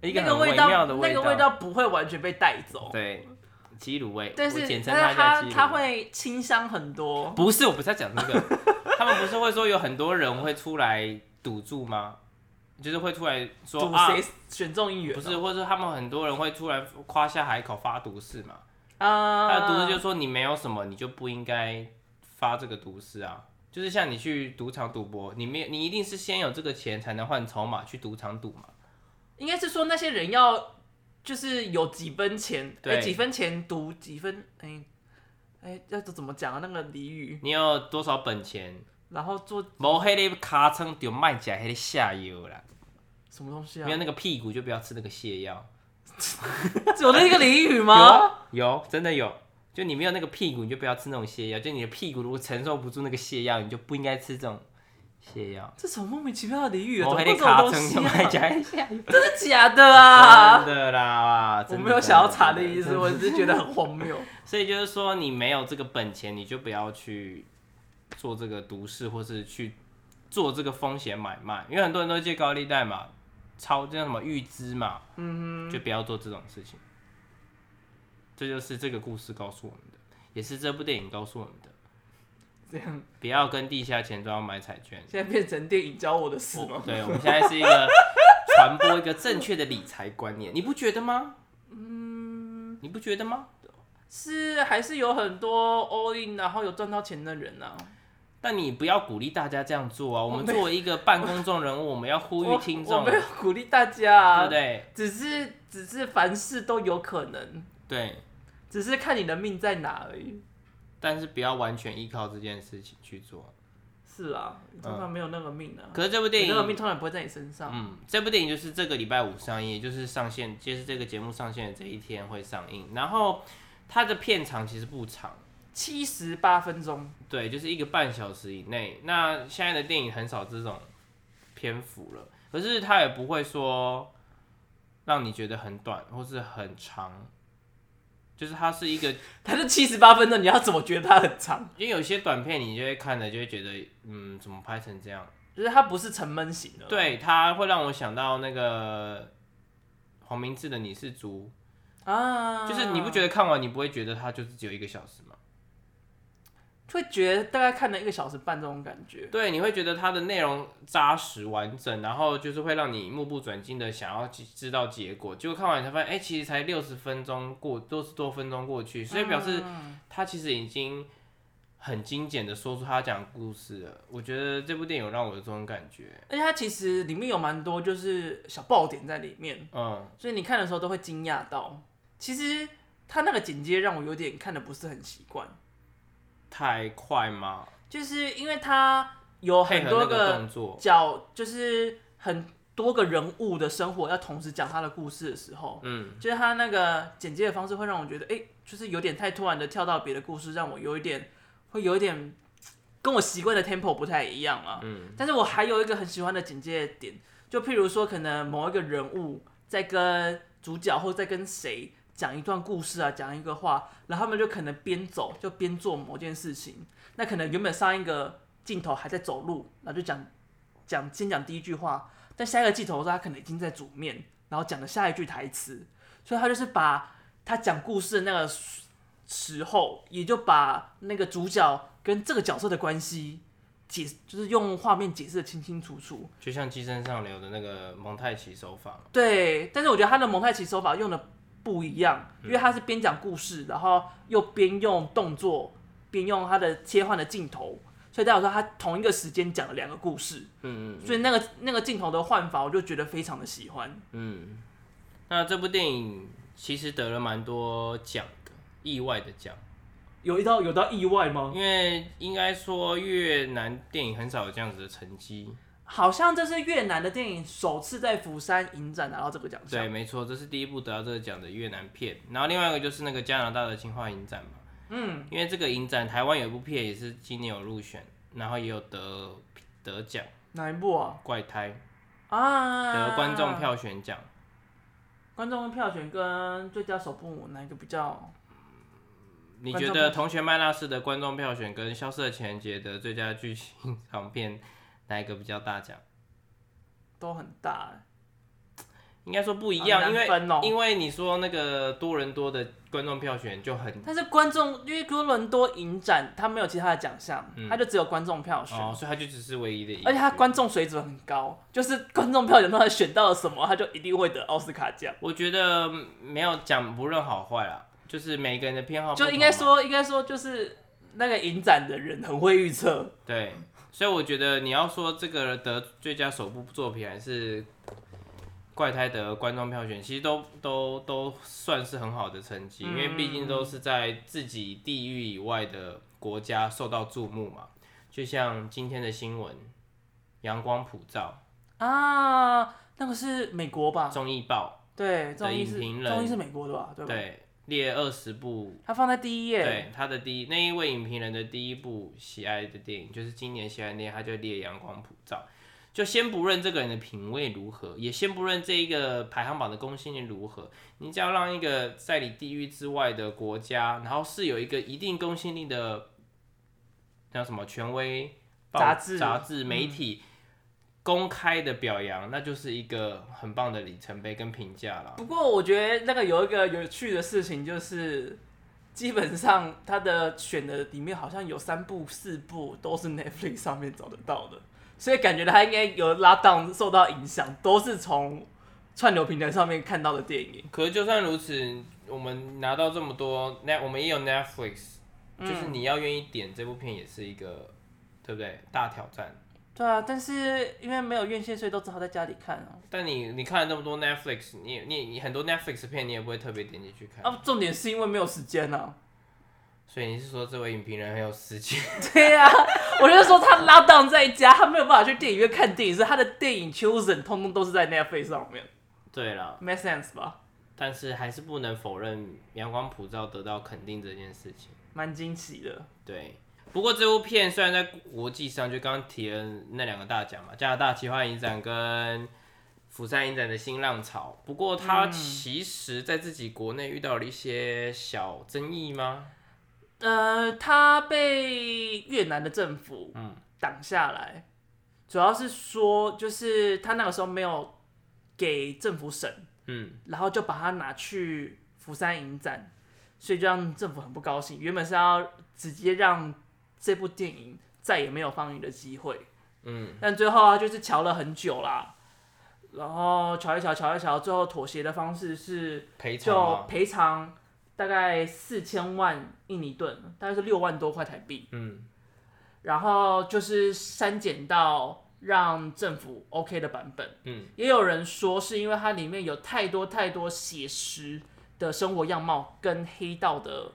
[SPEAKER 2] 一个
[SPEAKER 1] 那个
[SPEAKER 2] 很微
[SPEAKER 1] 味
[SPEAKER 2] 妙
[SPEAKER 1] 那
[SPEAKER 2] 的
[SPEAKER 1] 个味
[SPEAKER 2] 味，
[SPEAKER 1] 道不会完全被带走，
[SPEAKER 2] 对，鸡乳味，
[SPEAKER 1] 但
[SPEAKER 2] 我
[SPEAKER 1] 是
[SPEAKER 2] 简称
[SPEAKER 1] 但是
[SPEAKER 2] 叫
[SPEAKER 1] 它
[SPEAKER 2] 鸡乳。
[SPEAKER 1] 它会清香很多。
[SPEAKER 2] 不是，我不是在讲这 个。他们不是会说有很多人会出来赌注吗？就是会出来说
[SPEAKER 1] 赌
[SPEAKER 2] 啊，
[SPEAKER 1] 谁选中议员
[SPEAKER 2] 不
[SPEAKER 1] 哦？
[SPEAKER 2] 是，或者说他们很多人会出来夸下海口发毒誓嘛。
[SPEAKER 1] 啊，
[SPEAKER 2] 他的毒誓就说你没有什么，你就不应该发这个毒誓啊。就是像你去赌场赌博，你没有你一定是先有这个钱才能换筹码去赌场赌嘛。
[SPEAKER 1] 应该是说那些人要就是有几分钱，哎、
[SPEAKER 2] 对
[SPEAKER 1] 几分钱赌几分，哎、哎、要怎么讲啊？那个俚语，
[SPEAKER 2] 你有多少本钱，
[SPEAKER 1] 然后做
[SPEAKER 2] 无迄个卡称就卖起来迄个下游啦，
[SPEAKER 1] 什么东西啊
[SPEAKER 2] 没？ 有那个屁股就不要吃那个泻药。
[SPEAKER 1] 有那个俚语
[SPEAKER 2] 有
[SPEAKER 1] 吗？
[SPEAKER 2] 啊有，真的有。就你没有那个屁股，你就不要吃那种泻药。就你的屁股如果承受不住那个泻药，你就不应该吃这种泻药。
[SPEAKER 1] 这什么莫名其妙的俚语啊？
[SPEAKER 2] 我
[SPEAKER 1] 怎么会
[SPEAKER 2] 还得
[SPEAKER 1] 有这种
[SPEAKER 2] 卡
[SPEAKER 1] 东
[SPEAKER 2] 成
[SPEAKER 1] 西
[SPEAKER 2] 就卖
[SPEAKER 1] 啊？
[SPEAKER 2] 家下药。
[SPEAKER 1] 真的假的啊
[SPEAKER 2] 真？的啦，
[SPEAKER 1] 我
[SPEAKER 2] 真的
[SPEAKER 1] 没有想要查的
[SPEAKER 2] 真
[SPEAKER 1] 意思，我只是觉得很荒谬。
[SPEAKER 2] 所以就是说，你没有这个本钱，你就不要去做这个毒誓，或是去做这个风险买卖，因为很多人都借高利贷嘛，超叫什么预支嘛，嗯，就不要做这种事情。这就是这个故事告诉我们的，也是这部电影告诉我们的。
[SPEAKER 1] 这样
[SPEAKER 2] 不要跟地下钱庄买彩券。
[SPEAKER 1] 现在变成电影教我的事
[SPEAKER 2] 我
[SPEAKER 1] 吗？
[SPEAKER 2] 对，我们现在是一个传播一个正确的理财观念，你不觉得吗？嗯，你不觉得吗？
[SPEAKER 1] 是还是有很多 all in 然后有赚到钱的人啊？
[SPEAKER 2] 但你不要鼓励大家这样做啊！我们
[SPEAKER 1] 没
[SPEAKER 2] 作为一个半公众人物，我们要呼吁
[SPEAKER 1] 我
[SPEAKER 2] 听
[SPEAKER 1] 我
[SPEAKER 2] 众，啊
[SPEAKER 1] 没
[SPEAKER 2] 对
[SPEAKER 1] 有鼓励大家啊，
[SPEAKER 2] 不对？
[SPEAKER 1] 只是只是凡事都有可能，
[SPEAKER 2] 对，
[SPEAKER 1] 只是看你的命在哪而已。
[SPEAKER 2] 但是不要完全依靠这件事情去做。
[SPEAKER 1] 是啊，通常没有那个命啊，
[SPEAKER 2] 可是这部电
[SPEAKER 1] 你那个命
[SPEAKER 2] 影，
[SPEAKER 1] 通常不会在你身上。
[SPEAKER 2] 嗯，这部电影就是这个礼拜五上映，也就是上线，就是这个节目上线的这一天会上映。然后它的片长其实不长。
[SPEAKER 1] 七十八分钟，
[SPEAKER 2] 对，就是一个半小时以内。那现在的电影很少这种篇幅了，可是它也不会说让你觉得很短或是很长，就是它是一个，
[SPEAKER 1] 它是七十八分钟，你要怎么觉得它很长？
[SPEAKER 2] 因为有些短片你就会看了就会觉得，嗯，怎么拍成这样？
[SPEAKER 1] 就是它不是沉闷型的，，
[SPEAKER 2] 对，它会让我想到那个黄明志的《你是猪
[SPEAKER 1] 啊》，，
[SPEAKER 2] 就是你不觉得看完你不会觉得它就是只有一个小时吗？
[SPEAKER 1] 会觉得大概看了一个小时半这种感觉，
[SPEAKER 2] 对，你会觉得它的内容扎实完整，然后就是会让你目不转睛的想要去知道结果。结果看完你才发现，哎、其实才六十分钟过，六十多分钟过去，所以表示他其实已经很精简的说出他讲的故事了。我觉得这部电影有让我有这种感觉，
[SPEAKER 1] 而且它其实里面有蛮多就是小爆点在里面，
[SPEAKER 2] 嗯，
[SPEAKER 1] 所以你看的时候都会惊讶到。其实它那个剪接让我有点看的不是很习惯，
[SPEAKER 2] 太快吗？
[SPEAKER 1] 就是因为它有
[SPEAKER 2] 配
[SPEAKER 1] 很
[SPEAKER 2] 合
[SPEAKER 1] 多
[SPEAKER 2] 那
[SPEAKER 1] 个
[SPEAKER 2] 个动作，
[SPEAKER 1] 角，就是很多个人物的生活要同时讲他的故事的时候，
[SPEAKER 2] 嗯，
[SPEAKER 1] 就是他那个剪接的方式会让我觉得，哎、就是有点太突然的跳到别的故事，让我有一点会有一点跟我习惯的 tempo 不太一样啊。嗯，但是我还有一个很喜欢的剪接的点，就譬如说，可能某一个人物在跟主角或在跟谁。讲一段故事啊，讲一个话，然后他们就可能边走就边做某件事情。那可能原本上一个镜头还在走路，然后就讲讲先讲第一句话，但下一个镜头的时候他可能已经在煮面，然后讲了下一句台词，所以他就是把他讲故事的那个时时候，也就把那个主角跟这个角色的关系解，就是用画面解释的清清楚楚。
[SPEAKER 2] 就像《寄生上流》的那个蒙太奇手法嘛，
[SPEAKER 1] 对，但是我觉得他的蒙太奇手法用的不一样，因为他是边讲故事，然后又边用动作，边用他的切换的镜头，所以代表说他同一个时间讲了两个故事，
[SPEAKER 2] 嗯嗯
[SPEAKER 1] 所以那个那个镜头的换法，我就觉得非常的喜欢。
[SPEAKER 2] 嗯，那这部电影其实得了蛮多奖的，意外的奖。
[SPEAKER 1] 有一道有到意外吗？
[SPEAKER 2] 因为应该说越南电影很少有这样子的成绩，
[SPEAKER 1] 好像这是越南的电影首次在釜山影展拿到这个奖项
[SPEAKER 2] 对，。没错，这是第一部得到这个奖的越南片。然后另外一个就是那个加拿大的青化影展嘛，
[SPEAKER 1] 嗯，
[SPEAKER 2] 因为这个影展台湾有一部片也是今年有入选，然后也有得得奖，
[SPEAKER 1] 哪一部啊？
[SPEAKER 2] 怪胎
[SPEAKER 1] 啊，
[SPEAKER 2] 得观众票选奖。
[SPEAKER 1] 观众票选跟最佳首部哪一个比较？
[SPEAKER 2] 你
[SPEAKER 1] 观
[SPEAKER 2] 觉
[SPEAKER 1] 众
[SPEAKER 2] 得
[SPEAKER 1] 票
[SPEAKER 2] 《同学麦娜丝》的观众票选跟《消失的情人节》的最佳剧情长片哪一个比较大奖？
[SPEAKER 1] 都很大、欸，
[SPEAKER 2] 应该说不一
[SPEAKER 1] 好
[SPEAKER 2] 样，
[SPEAKER 1] 难
[SPEAKER 2] 因为、
[SPEAKER 1] 分哦
[SPEAKER 2] 因为你说那个多伦多的观众票选就很
[SPEAKER 1] 但是观众因为多伦多影展它没有其他的奖项，它就只有观众票选，
[SPEAKER 2] 嗯哦，所以它就只是唯一的一个。
[SPEAKER 1] 而且它观众水准很高，就是观众票选让他选到了什么，他就一定会得奥斯卡奖。
[SPEAKER 2] 我觉得嗯没有讲不论好坏啦，就是每个人的哦偏好不同
[SPEAKER 1] 就
[SPEAKER 2] 嘛
[SPEAKER 1] 应该说，应该说就是那个影展的人很会预测，
[SPEAKER 2] 对，所以我觉得你要说这个得最佳首部作品还是怪胎得观众票选，其实都都都算是很好的成
[SPEAKER 1] 嗯
[SPEAKER 2] 绩，因为毕竟都是在自己地域以外的国家受到注目嘛。就像今天的新闻，阳光普照
[SPEAKER 1] 啊，那个是美国吧？
[SPEAKER 2] 综艺报
[SPEAKER 1] 对，
[SPEAKER 2] 的
[SPEAKER 1] 综艺
[SPEAKER 2] 影
[SPEAKER 1] 是
[SPEAKER 2] 评人
[SPEAKER 1] 综艺是美国的吧？对吧？
[SPEAKER 2] 对列二十部
[SPEAKER 1] 它放在第一页，
[SPEAKER 2] 对，他的第一那一位影评人的第一部喜爱的电影就是今年喜爱的电影，他就列《阳光普照》。就先不论这个人的品味如何，也先不论这一个排行榜的公信力如何，你只要让一个在你地域之外的国家，然后是有一个一定公信力的，叫什么权威报
[SPEAKER 1] 杂志
[SPEAKER 2] 杂志媒体、公开的表扬，那就是一个很棒的里程碑跟评价了。
[SPEAKER 1] 不过我觉得那个有一个有趣的事情就是。基本上，它的选的里面好像有三部、四部都是 Netflix 上面找得到的，所以感觉它应该有拉档受到影响，都是从串流平台上面看到的电影。
[SPEAKER 2] 可是就算如此，我们拿到这么多，那我们也有 Netflix，、就是你要愿意点这部片也是一个，对不对？大挑战。
[SPEAKER 1] 对啊，但是因为没有院线，所以都只好在家里看啊。
[SPEAKER 2] 但你你看了这么多 Netflix，你也你也你很多 Netflix 片你也不会特别点进去看，
[SPEAKER 1] 啊，重点是因为没有时间啊。
[SPEAKER 2] 所以你是说这位影评人很有时间？
[SPEAKER 1] 对啊，我就说他拉档在家，他没有办法去电影院看电影，所以他的电影 chosen 通通都是在 Netflix 上面
[SPEAKER 2] 对了，
[SPEAKER 1] ，make sense 吧？
[SPEAKER 2] 但是还是不能否认《阳光普照》得到肯定这件事情。
[SPEAKER 1] 蛮惊喜的。
[SPEAKER 2] 对，不过这部片虽然在国际上就刚刚提了那两个大奖嘛，加拿大奇幻影展跟釜山影展的新浪潮，不过它
[SPEAKER 1] 嗯
[SPEAKER 2] 其实在自己国内遇到了一些小争议吗？
[SPEAKER 1] 呃，他被越南的政府
[SPEAKER 2] 嗯
[SPEAKER 1] 挡下来，主要是说就是他那个时候没有给政府审，
[SPEAKER 2] 嗯，
[SPEAKER 1] 然后就把它拿去釜山影展，所以就让政府很不高兴。原本是要直接让这部电影再也没有放映的机会，
[SPEAKER 2] 嗯，
[SPEAKER 1] 但最后啊就是瞧了很久啦，然后瞧一瞧，瞧一瞧，最后妥协的方式是
[SPEAKER 2] 赔偿
[SPEAKER 1] 就
[SPEAKER 2] 吗？
[SPEAKER 1] 赔偿大概四千万印尼盾，大概是六万多块台币，
[SPEAKER 2] 嗯，
[SPEAKER 1] 然后就是删减到让政府 OK 的版本。
[SPEAKER 2] 嗯，
[SPEAKER 1] 也有人说是因为它里面有太多太多写实的生活样貌跟黑道的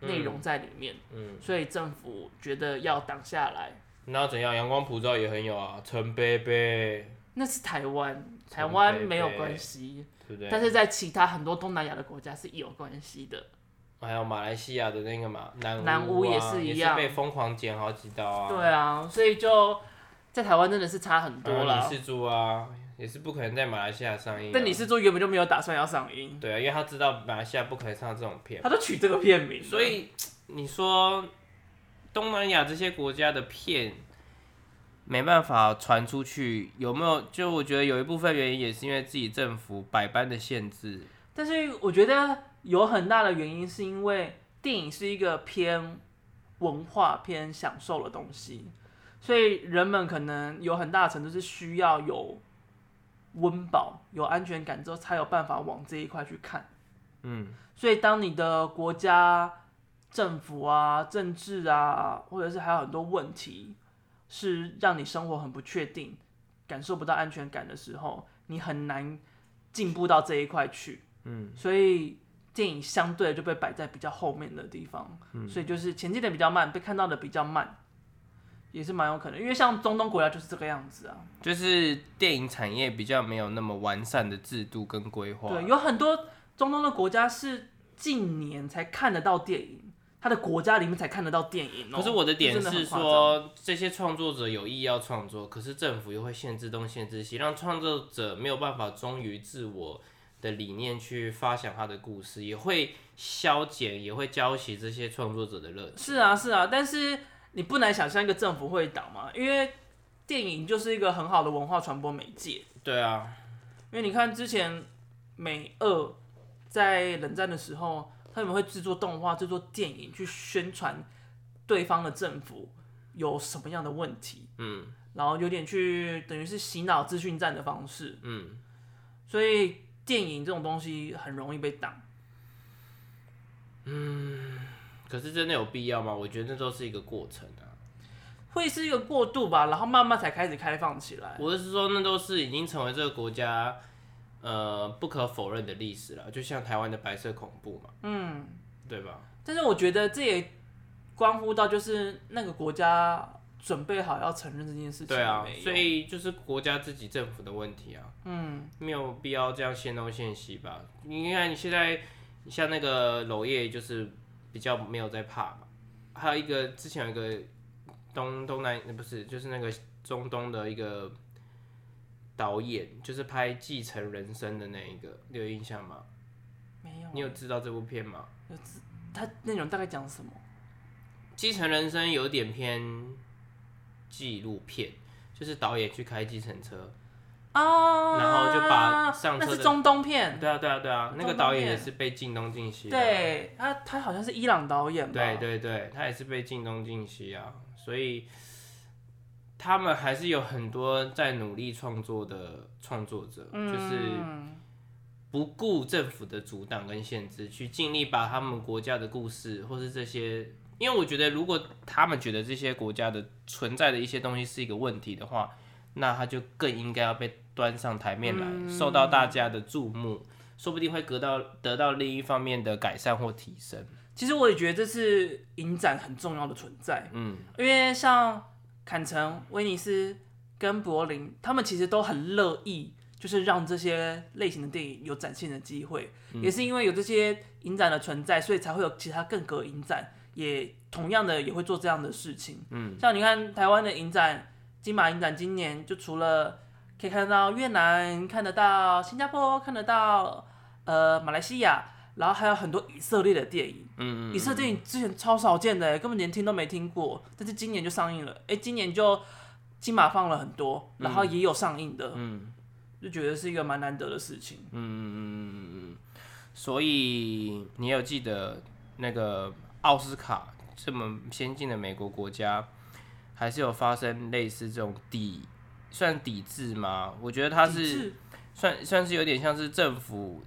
[SPEAKER 1] 内容在里面，
[SPEAKER 2] 嗯，
[SPEAKER 1] 所以政府觉得要挡下来。
[SPEAKER 2] 那怎样？阳光普照也很有啊，陈贝贝，
[SPEAKER 1] 那是台湾，
[SPEAKER 2] 陈
[SPEAKER 1] 台湾
[SPEAKER 2] 贝贝
[SPEAKER 1] 没有关系，
[SPEAKER 2] 对嗯不对？
[SPEAKER 1] 但是在其他很多东南亚的国家是有关系的。
[SPEAKER 2] 还有马来西亚的那个嘛，南
[SPEAKER 1] 南
[SPEAKER 2] 屋
[SPEAKER 1] 屋
[SPEAKER 2] 啊
[SPEAKER 1] 也
[SPEAKER 2] 是
[SPEAKER 1] 是一样
[SPEAKER 2] 被疯狂剪好几刀啊。
[SPEAKER 1] 对啊，所以就在台湾真的是差很多
[SPEAKER 2] 然
[SPEAKER 1] 啦
[SPEAKER 2] 后。你是猪啊，也是不可能在马来西亚上映、啊。
[SPEAKER 1] 但你是做原本就没有打算要上映，
[SPEAKER 2] 对啊，因为他知道马来西亚不可能上这种片，
[SPEAKER 1] 他都取这个片名了，
[SPEAKER 2] 嗯所以你说东南亚这些国家的片没办法传出去，有没有？就我觉得有一部分原因也是因为自己政府百般的限制，
[SPEAKER 1] 但是我觉得有很大的原因是因为电影是一个偏文化、偏享受的东西，所以人们可能有很大的程度是需要有温饱、有安全感之后，才有办法往这一块去看。
[SPEAKER 2] 嗯，
[SPEAKER 1] 所以当你的国家政府啊、政治啊，或者是还有很多问题，是让你生活很不确定、感受不到安全感的时候，你很难进步到这一块去。嗯，所以电影相对就被摆在比较后面的地方，所以就是前进的比较慢，被看到的比较慢。也是蛮有可能，因为像中东国家就是这个样子啊。
[SPEAKER 2] 就是电影产业比较没有那么完善的制度跟规划。
[SPEAKER 1] 对，有很多中东的国家是近年才看得到电影，它的国家里面才看得到电影、哦。
[SPEAKER 2] 可是我的点
[SPEAKER 1] 真很
[SPEAKER 2] 是
[SPEAKER 1] 夸张，
[SPEAKER 2] 说，这些创作者有意要创作，可是政府又会限制东限制西，让创作者没有办法忠于自我的理念去发想他的故事，也会消减，也会浇熄这些创作者的热情。
[SPEAKER 1] 是啊是啊，但是你不难想象一个政府会倒嘛，因为电影就是一个很好的文化传播媒介。
[SPEAKER 2] 对啊，
[SPEAKER 1] 因为你看之前美俄在冷战的时候，他们会制作动画、制作电影去宣传对方的政府有什么样的问题，
[SPEAKER 2] 嗯
[SPEAKER 1] 然后有点去等于是洗脑资讯战的方式，
[SPEAKER 2] 嗯，
[SPEAKER 1] 所以电影这种东西很容易被挡。
[SPEAKER 2] 可是真的有必要吗？我觉得那都是一个过程啊。
[SPEAKER 1] 会是一个过渡吧，然后慢慢才开始开放起来。
[SPEAKER 2] 我是说，那都是已经成为这个国家呃不可否认的历史了，就像台湾的白色恐怖嘛，
[SPEAKER 1] 嗯，
[SPEAKER 2] 对吧？
[SPEAKER 1] 但是我觉得这也关乎到就是那个国家准备好要承认这件事情
[SPEAKER 2] 对啊
[SPEAKER 1] 没，有
[SPEAKER 2] 所以就是国家自己政府的问题啊，
[SPEAKER 1] 嗯，
[SPEAKER 2] 没有必要这样限东限西吧？你看你现在像那个娄烨就是比较没有在怕嘛，还有一个之前有一个东东南不是就是那个中东的一个导演，就是拍《继承人生》的那一个，你有印象吗？
[SPEAKER 1] 没有
[SPEAKER 2] 你有知道这部片吗？
[SPEAKER 1] 他内容大概讲什么？
[SPEAKER 2] 《继承人生》有点偏纪录片，就是导演去开计程车。
[SPEAKER 1] 啊，
[SPEAKER 2] 然后就把上车的
[SPEAKER 1] 那是中东片，
[SPEAKER 2] 对啊，对啊，对啊，那个导演也
[SPEAKER 1] 中东片
[SPEAKER 2] 是被进东进西的。啊
[SPEAKER 1] 对他他好像是伊朗导演吧？
[SPEAKER 2] 对对对，他也是被进东进西啊，所以他们还是有很多在努力创作的创作者，就是
[SPEAKER 1] 嗯
[SPEAKER 2] 不顾政府的阻挡跟限制，去尽力把他们国家的故事或是这些，因为我觉得如果他们觉得这些国家的存在的一些东西是一个问题的话，那他就更应该要被端上台面来，受到大家的注目，说不定会得到得到另一方面的改善或提升。
[SPEAKER 1] 其实我也觉得这是影展很重要的存在，
[SPEAKER 2] 嗯，
[SPEAKER 1] 因为像坎城、威尼斯跟柏林，他们其实都很乐意，就是让这些类型的电影有展现的机会。也是因为有这些影展的存在，所以才会有其他更多影展，也同样的也会做这样的事情。嗯，像你看台湾的影展，金马影展今年就除了可以看到越南，看得到新加坡，看得到呃马来西亚，然后还有很多以色列的电影。
[SPEAKER 2] 嗯
[SPEAKER 1] 以色列电影之前超少见的，根本连听都没听过，但是今年就上映了。哎、今年就金马放了很多，然后也有上映的，
[SPEAKER 2] 嗯
[SPEAKER 1] 就觉得是一个蛮难得的事情。
[SPEAKER 2] 嗯嗯嗯嗯，所以你有记得那个奥斯卡这么先进的美国国家，还是有发生类似这种抵算抵制吗？我觉得它
[SPEAKER 1] 抵
[SPEAKER 2] 是
[SPEAKER 1] 制
[SPEAKER 2] 算算是有点像是政府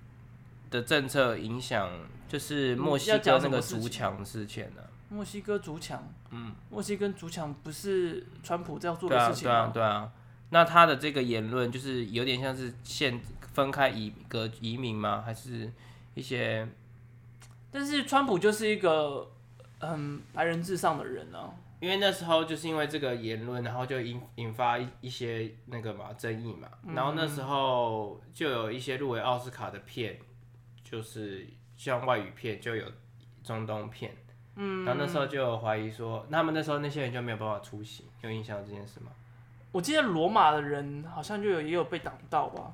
[SPEAKER 2] 的政策影响，就是墨西
[SPEAKER 1] 要
[SPEAKER 2] 哥
[SPEAKER 1] 讲
[SPEAKER 2] 那
[SPEAKER 1] 什么
[SPEAKER 2] 个
[SPEAKER 1] 事
[SPEAKER 2] 足
[SPEAKER 1] 情
[SPEAKER 2] 墙事件啊呢、
[SPEAKER 1] 墨西哥主墙，嗯，墨西哥主墙不是川普在做
[SPEAKER 2] 对
[SPEAKER 1] 的
[SPEAKER 2] 啊
[SPEAKER 1] 事，情
[SPEAKER 2] 对啊，
[SPEAKER 1] 吗？
[SPEAKER 2] 对啊。那他的这个言论就是有点像是现分开移隔移民吗？还是一些
[SPEAKER 1] 但是川普就是一个嗯白人至上的人啊，
[SPEAKER 2] 因为那时候就是因为这个言论，然后就引引发一一些那个嘛争议嘛，然后那时候就有一些入围奥斯卡的片，就是像外语片就有中东片，嗯，然后那时候就有怀疑说，那他们那时候那些人就没有办法出席，有印象这件事吗？
[SPEAKER 1] 我记得罗马的人好像就有也有被挡到吧，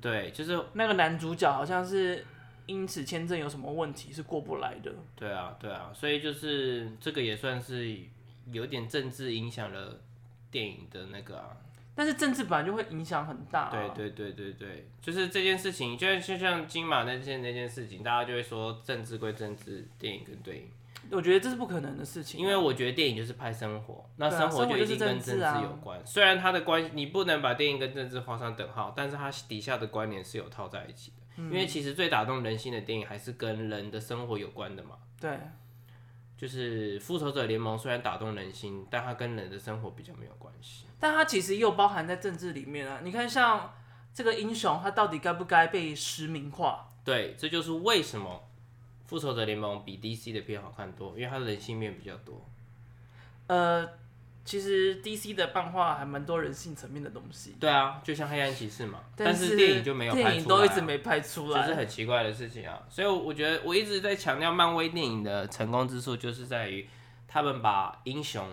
[SPEAKER 2] 对，就是
[SPEAKER 1] 那个男主角好像是因此签证有什么问题是过不来的，
[SPEAKER 2] 对啊，对啊，所以就是这个也算是有点政治影响了电影的那个啊，
[SPEAKER 1] 但是政治本来就会影响很大、啊，
[SPEAKER 2] 对对对对对，就是这件事情，就像就像金马那件那件事情，大家就会说政治归政治，电影跟电影，
[SPEAKER 1] 我觉得这是不可能的事情啊、
[SPEAKER 2] 因为我觉得电影就是拍生活，那
[SPEAKER 1] 对啊
[SPEAKER 2] 生活
[SPEAKER 1] 生活
[SPEAKER 2] 就
[SPEAKER 1] 就
[SPEAKER 2] 一定
[SPEAKER 1] 是
[SPEAKER 2] 跟
[SPEAKER 1] 政
[SPEAKER 2] 政
[SPEAKER 1] 治啊
[SPEAKER 2] 治有关。虽然它的关，你不能把电影跟政治画上等号，但是它底下的关联是有套在一起的。因
[SPEAKER 1] 嗯
[SPEAKER 2] 为其实最打动人心的电影还是跟人的生活有关的嘛。
[SPEAKER 1] 对
[SPEAKER 2] 就是复仇者联盟虽然打动人心，但它跟人的生活比较没有关系。
[SPEAKER 1] 但它其实又包含在政治里面啊。你看，像这个英雄，他到底该不该被实名化？
[SPEAKER 2] 对，这就是为什么复仇者联盟比 DC 的片好看多，因为它人性面比较多。
[SPEAKER 1] 呃，其实 DC 的漫画还蛮多人性层面的东西，
[SPEAKER 2] 对啊，就像黑暗骑士嘛，但
[SPEAKER 1] 但
[SPEAKER 2] 是电影就没有拍出来啊、
[SPEAKER 1] 电影都一直没拍出
[SPEAKER 2] 这是
[SPEAKER 1] 来。
[SPEAKER 2] 很奇怪的事情啊。所以我觉得我一直在强调漫威电影的成功之处，就是在于他们把英雄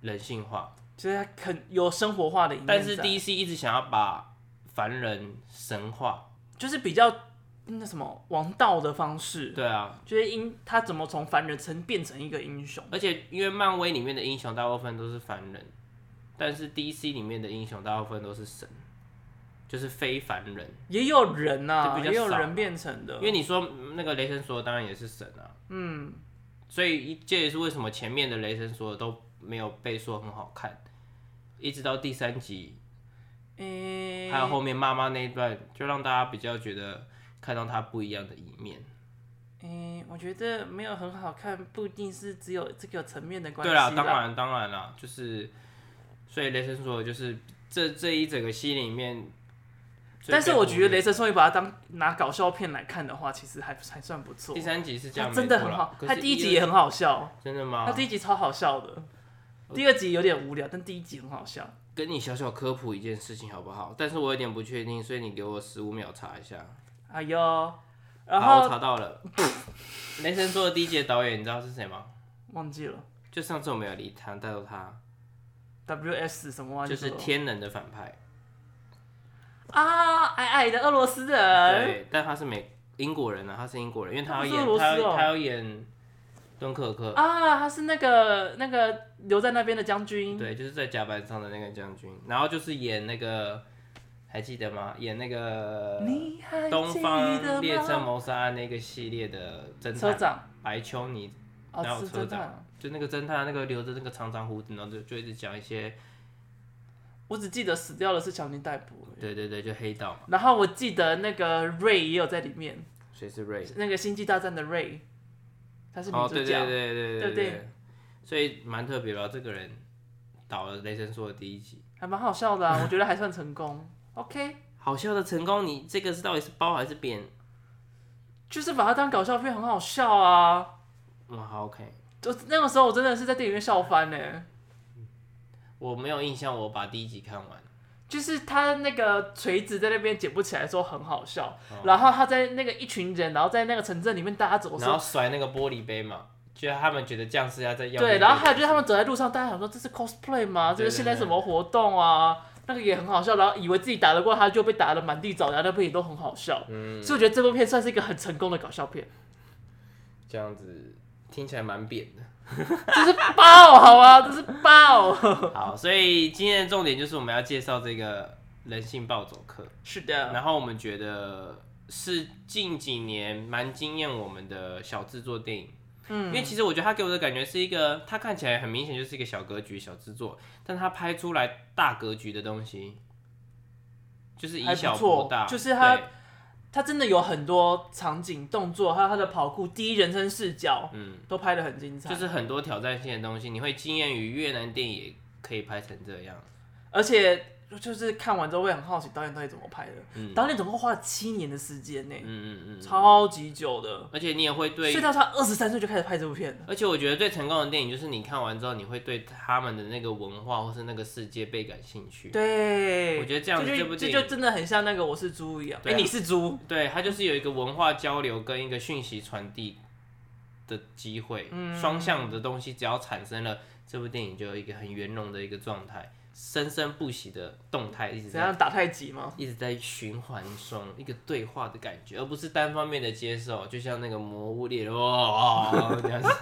[SPEAKER 2] 人性化，
[SPEAKER 1] 其实它很有生活化的一面在，
[SPEAKER 2] 但是 DC 一直想要把凡人神化。
[SPEAKER 1] 就是比较那什么王道的方式，
[SPEAKER 2] 对啊，
[SPEAKER 1] 就是英他怎么从凡人层变成一个英雄，
[SPEAKER 2] 而且因为漫威里面的英雄大部分都是凡人，但是 DC 里面的英雄大部分都是神，就是非凡人。
[SPEAKER 1] 也有人呐、
[SPEAKER 2] 就比较
[SPEAKER 1] 也有
[SPEAKER 2] 少
[SPEAKER 1] 人
[SPEAKER 2] 嘛
[SPEAKER 1] 变成的，
[SPEAKER 2] 因为你说嗯那个雷神索尔当然也是神啊，嗯，所以这也是为什么前面的雷神索尔都没有被说很好看，一直到第三集，
[SPEAKER 1] 诶、
[SPEAKER 2] 还有后面妈妈那一段，就让大家比较觉得看到他不一样的一面。
[SPEAKER 1] 诶、我觉得没有很好看，不一定是只有这个层面的关系
[SPEAKER 2] 对
[SPEAKER 1] 啦。
[SPEAKER 2] 啦，当然当然啦，就是所以雷神索尔就是这这一整个戏里面最被忽略，
[SPEAKER 1] 但是我觉得《雷神索尔》把它当拿搞笑片来看的话，其实还还算不错
[SPEAKER 2] 第。三集是这
[SPEAKER 1] 它
[SPEAKER 2] 样，
[SPEAKER 1] 真的很好，
[SPEAKER 2] 没错啦
[SPEAKER 1] 它
[SPEAKER 2] 可是
[SPEAKER 1] 第一集
[SPEAKER 2] 二啊
[SPEAKER 1] 也很好笑，
[SPEAKER 2] 真的吗
[SPEAKER 1] 它？第一集超好笑的。第二集有点无聊，但第一集很好笑。
[SPEAKER 2] 跟你小小科普一件事情好不好？但是我有点不确定，所以你给我十五秒查一下。
[SPEAKER 1] 哎呦，然
[SPEAKER 2] 好我
[SPEAKER 1] 后
[SPEAKER 2] 查到了，雷神做的第一集的导演，你知道是谁吗？
[SPEAKER 1] 忘记了
[SPEAKER 2] 就上次我们有离谈到
[SPEAKER 1] 啊
[SPEAKER 2] 他，
[SPEAKER 1] WS 什么忘
[SPEAKER 2] 就
[SPEAKER 1] 记
[SPEAKER 2] 是
[SPEAKER 1] 了
[SPEAKER 2] 天能的反派，
[SPEAKER 1] 啊，矮矮的俄罗斯人，
[SPEAKER 2] 对，但他是美英国人啊，他是英国人，因为他要
[SPEAKER 1] 哎他不是俄
[SPEAKER 2] 演
[SPEAKER 1] 罗斯
[SPEAKER 2] 他
[SPEAKER 1] 哦
[SPEAKER 2] 要他要演敦刻尔克，
[SPEAKER 1] 啊，他是那个那个留在那边的将军，
[SPEAKER 2] 对，就是在甲板上的那个将军，然后就是演那个还记得吗？演那个
[SPEAKER 1] 你还
[SPEAKER 2] 东
[SPEAKER 1] 记得
[SPEAKER 2] 方列车
[SPEAKER 1] 吗？
[SPEAKER 2] 谋杀案那个系列的侦
[SPEAKER 1] 车
[SPEAKER 2] 探
[SPEAKER 1] 长，
[SPEAKER 2] 白秋妮
[SPEAKER 1] 哦，
[SPEAKER 2] 然后
[SPEAKER 1] 是
[SPEAKER 2] 车
[SPEAKER 1] 侦
[SPEAKER 2] 长
[SPEAKER 1] 探。
[SPEAKER 2] 就那个侦探，那个留着那个长长胡子，然后就就一直讲一些，
[SPEAKER 1] 我只记得死掉的是强尼戴普而已，
[SPEAKER 2] 对对对，就黑道嘛，
[SPEAKER 1] 然后我记得那个瑞也有在里面，
[SPEAKER 2] 谁是 Ray？
[SPEAKER 1] 那个星际大战的瑞，他是女
[SPEAKER 2] 哦，
[SPEAKER 1] 主
[SPEAKER 2] 对
[SPEAKER 1] 角。
[SPEAKER 2] 对对
[SPEAKER 1] 对
[SPEAKER 2] 对对
[SPEAKER 1] 不对
[SPEAKER 2] 所以蛮特别的、啊，这个人导了《雷神说》的第一集，
[SPEAKER 1] 还蛮好笑 的、啊，我觉得还算成功。OK，
[SPEAKER 2] 好笑的成功，你这个是到底是包还是扁？
[SPEAKER 1] 就是把它当搞笑片，很好笑啊！
[SPEAKER 2] 嗯，好 OK，
[SPEAKER 1] 就那个时候，我真的是在电影院笑翻呢、
[SPEAKER 2] 我没有印象，我把第一集看完，
[SPEAKER 1] 就是他那个锤子在那边捡不起来的时候很好笑，
[SPEAKER 2] 哦
[SPEAKER 1] 然后他在那个一群人，然后在那个城镇里面大家走的时
[SPEAKER 2] 然后
[SPEAKER 1] 候，
[SPEAKER 2] 甩那个玻璃杯嘛，就他们觉得僵尸要在要
[SPEAKER 1] 对，
[SPEAKER 2] 那个
[SPEAKER 1] 然后还有就是他们走在路上，大家想说这是 cosplay 吗？这
[SPEAKER 2] 对
[SPEAKER 1] 是现在什么活动啊？那个也很好笑，然后以为自己打得过他，就被打得满地找牙，那部也都很好笑。
[SPEAKER 2] 嗯
[SPEAKER 1] 所以我觉得这部片算是一个很成功的搞笑片，
[SPEAKER 2] 这样子听起来蛮扁的。
[SPEAKER 1] 爆好吗？这是 爆。
[SPEAKER 2] 好，所以今天的重点就是我们要介绍这个人性暴走课。
[SPEAKER 1] 是的，
[SPEAKER 2] 然后我们觉得是近几年蛮惊艳我们的小制作电影，嗯，因为其实我觉得他给我的感觉是一个，他看起来很明显就是一个小格局小制作，但他拍出来大格局的东西，就是以
[SPEAKER 1] 还不
[SPEAKER 2] 小
[SPEAKER 1] 错
[SPEAKER 2] 博大，
[SPEAKER 1] 就是他
[SPEAKER 2] 对
[SPEAKER 1] 他真的有很多场景、动作，还有他的跑酷、第一人称视角，
[SPEAKER 2] 嗯，
[SPEAKER 1] 都拍得很精彩。
[SPEAKER 2] 就是很多挑战性的东西，你会惊艳于越南电影也可以拍成这样，
[SPEAKER 1] 而且就是看完之后会很好奇导演到底怎么拍的。
[SPEAKER 2] 嗯
[SPEAKER 1] 导演总共花了七年的时间呢、
[SPEAKER 2] 嗯嗯嗯嗯，
[SPEAKER 1] 超级久的。
[SPEAKER 2] 而且你也会对
[SPEAKER 1] 所以他说他二十三岁就开始拍这部片了。
[SPEAKER 2] 而且我觉得最成功的电影就是你看完之后，你会对他们的那个文化或是那个世界倍感兴趣。
[SPEAKER 1] 对，
[SPEAKER 2] 我觉得这样子这
[SPEAKER 1] 就
[SPEAKER 2] 部
[SPEAKER 1] 这
[SPEAKER 2] 电
[SPEAKER 1] 就
[SPEAKER 2] 影，
[SPEAKER 1] 真的很像那个我是猪一样。哎、
[SPEAKER 2] 对啊
[SPEAKER 1] 你是猪，
[SPEAKER 2] 对它就是有一个文化交流跟一个讯息传递的机会，双向的东西只要产生了，这部电影就有一个很圆融的一个状态，生生不息的动态一直
[SPEAKER 1] 怎
[SPEAKER 2] 在
[SPEAKER 1] 样打太极吗？
[SPEAKER 2] 一直在循环中一个对话的感觉，而不是单方面的接受，就像那个魔物猎人哦哦哦这样子。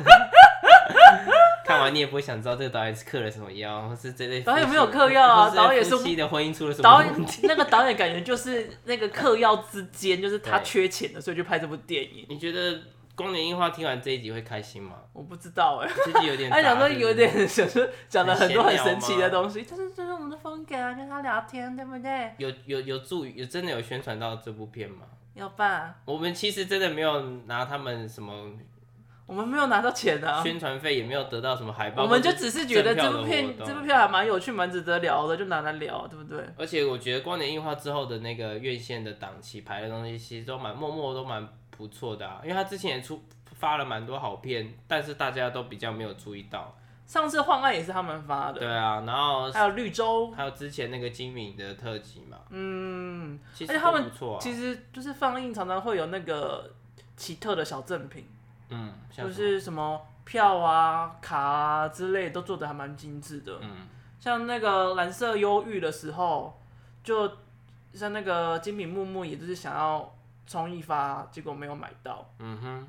[SPEAKER 2] 看完你也不会想知道这个导演是嗑了什么药，或是这类夫妻
[SPEAKER 1] 导演没有嗑药啊
[SPEAKER 2] 或这
[SPEAKER 1] 导演是
[SPEAKER 2] 夫妻的婚姻出了什么
[SPEAKER 1] 导
[SPEAKER 2] 问
[SPEAKER 1] 演
[SPEAKER 2] 题？
[SPEAKER 1] 那个导演感觉就是那个嗑药之间，就是他
[SPEAKER 2] 对
[SPEAKER 1] 缺钱了，所以就拍这部电影。
[SPEAKER 2] 你觉得光年樱花听完这一集会开心吗？
[SPEAKER 1] 我不知道哎、
[SPEAKER 2] 这集有点杂，
[SPEAKER 1] 他讲说
[SPEAKER 2] 是不是
[SPEAKER 1] 有点想说讲了很多很
[SPEAKER 2] 很闲聊
[SPEAKER 1] 神
[SPEAKER 2] 吗
[SPEAKER 1] 奇的东西，但是这是我们的风格啊，跟他聊天，对不对？
[SPEAKER 2] 有有有助于有真的有宣传到这部片吗？
[SPEAKER 1] 有吧？
[SPEAKER 2] 我们其实真的没有拿他们什么
[SPEAKER 1] 我们没有拿到钱啊，
[SPEAKER 2] 宣传费，也没有得到什么海报，
[SPEAKER 1] 我们
[SPEAKER 2] 或
[SPEAKER 1] 就
[SPEAKER 2] 者
[SPEAKER 1] 只是觉得
[SPEAKER 2] 赠票
[SPEAKER 1] 这
[SPEAKER 2] 的
[SPEAKER 1] 部片
[SPEAKER 2] 活动
[SPEAKER 1] 这部片还蛮有趣，蛮值得聊的，就拿来聊，对不对？
[SPEAKER 2] 而且我觉得光年映画之后的那个院线的档期排的东西，其实都蛮默默都蛮不错的啊，因为他之前也出发了蛮多好片，但是大家都比较没有注意到，
[SPEAKER 1] 上次《幻爱》也是他们发
[SPEAKER 2] 对
[SPEAKER 1] 的，
[SPEAKER 2] 啊，然后
[SPEAKER 1] 还有绿洲，
[SPEAKER 2] 还有之前那个金敏的特辑嘛，
[SPEAKER 1] 嗯，
[SPEAKER 2] 其
[SPEAKER 1] 而
[SPEAKER 2] 实
[SPEAKER 1] 且他
[SPEAKER 2] 都
[SPEAKER 1] 们
[SPEAKER 2] 不错啊。
[SPEAKER 1] 其实就是放映常常会有那个奇特的小赠品，
[SPEAKER 2] 嗯，像
[SPEAKER 1] 就
[SPEAKER 2] 什么
[SPEAKER 1] 是什么票啊、卡啊之类都做的还蛮精致的。
[SPEAKER 2] 嗯
[SPEAKER 1] 像那个蓝色忧郁的时候，就像那个金敏木木，也就是想要冲一发，结果没有买到。
[SPEAKER 2] 嗯哼，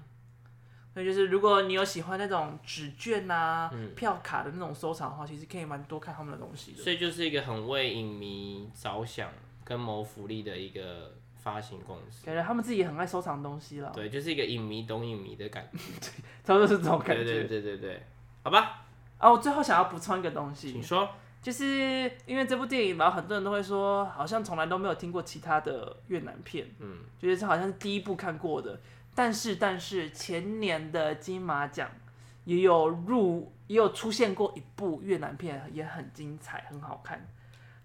[SPEAKER 1] 所以就是如果你有喜欢那种纸券啊、
[SPEAKER 2] 嗯
[SPEAKER 1] 票卡的那种收藏的话，其实可以蛮多看他们的东西的。
[SPEAKER 2] 所以就是一个很为影迷着想跟谋福利的一个发行公司。
[SPEAKER 1] 感觉他们自己也很爱收藏东西了，
[SPEAKER 2] 对，就是一个影迷懂影迷的感觉。
[SPEAKER 1] 差不多是这种哦感
[SPEAKER 2] 对
[SPEAKER 1] 觉。
[SPEAKER 2] 对对对对，好吧，
[SPEAKER 1] 啊，我最后想要补充一个东西，
[SPEAKER 2] 请说。
[SPEAKER 1] 就是因为这部电影，然后很多人都会说，好像从来都没有听过其他的越南片，
[SPEAKER 2] 嗯，
[SPEAKER 1] 就是这好像是第一部看过的。但是，但是前年的金马奖也有入，也有出现过一部越南片，也很精彩，很好看。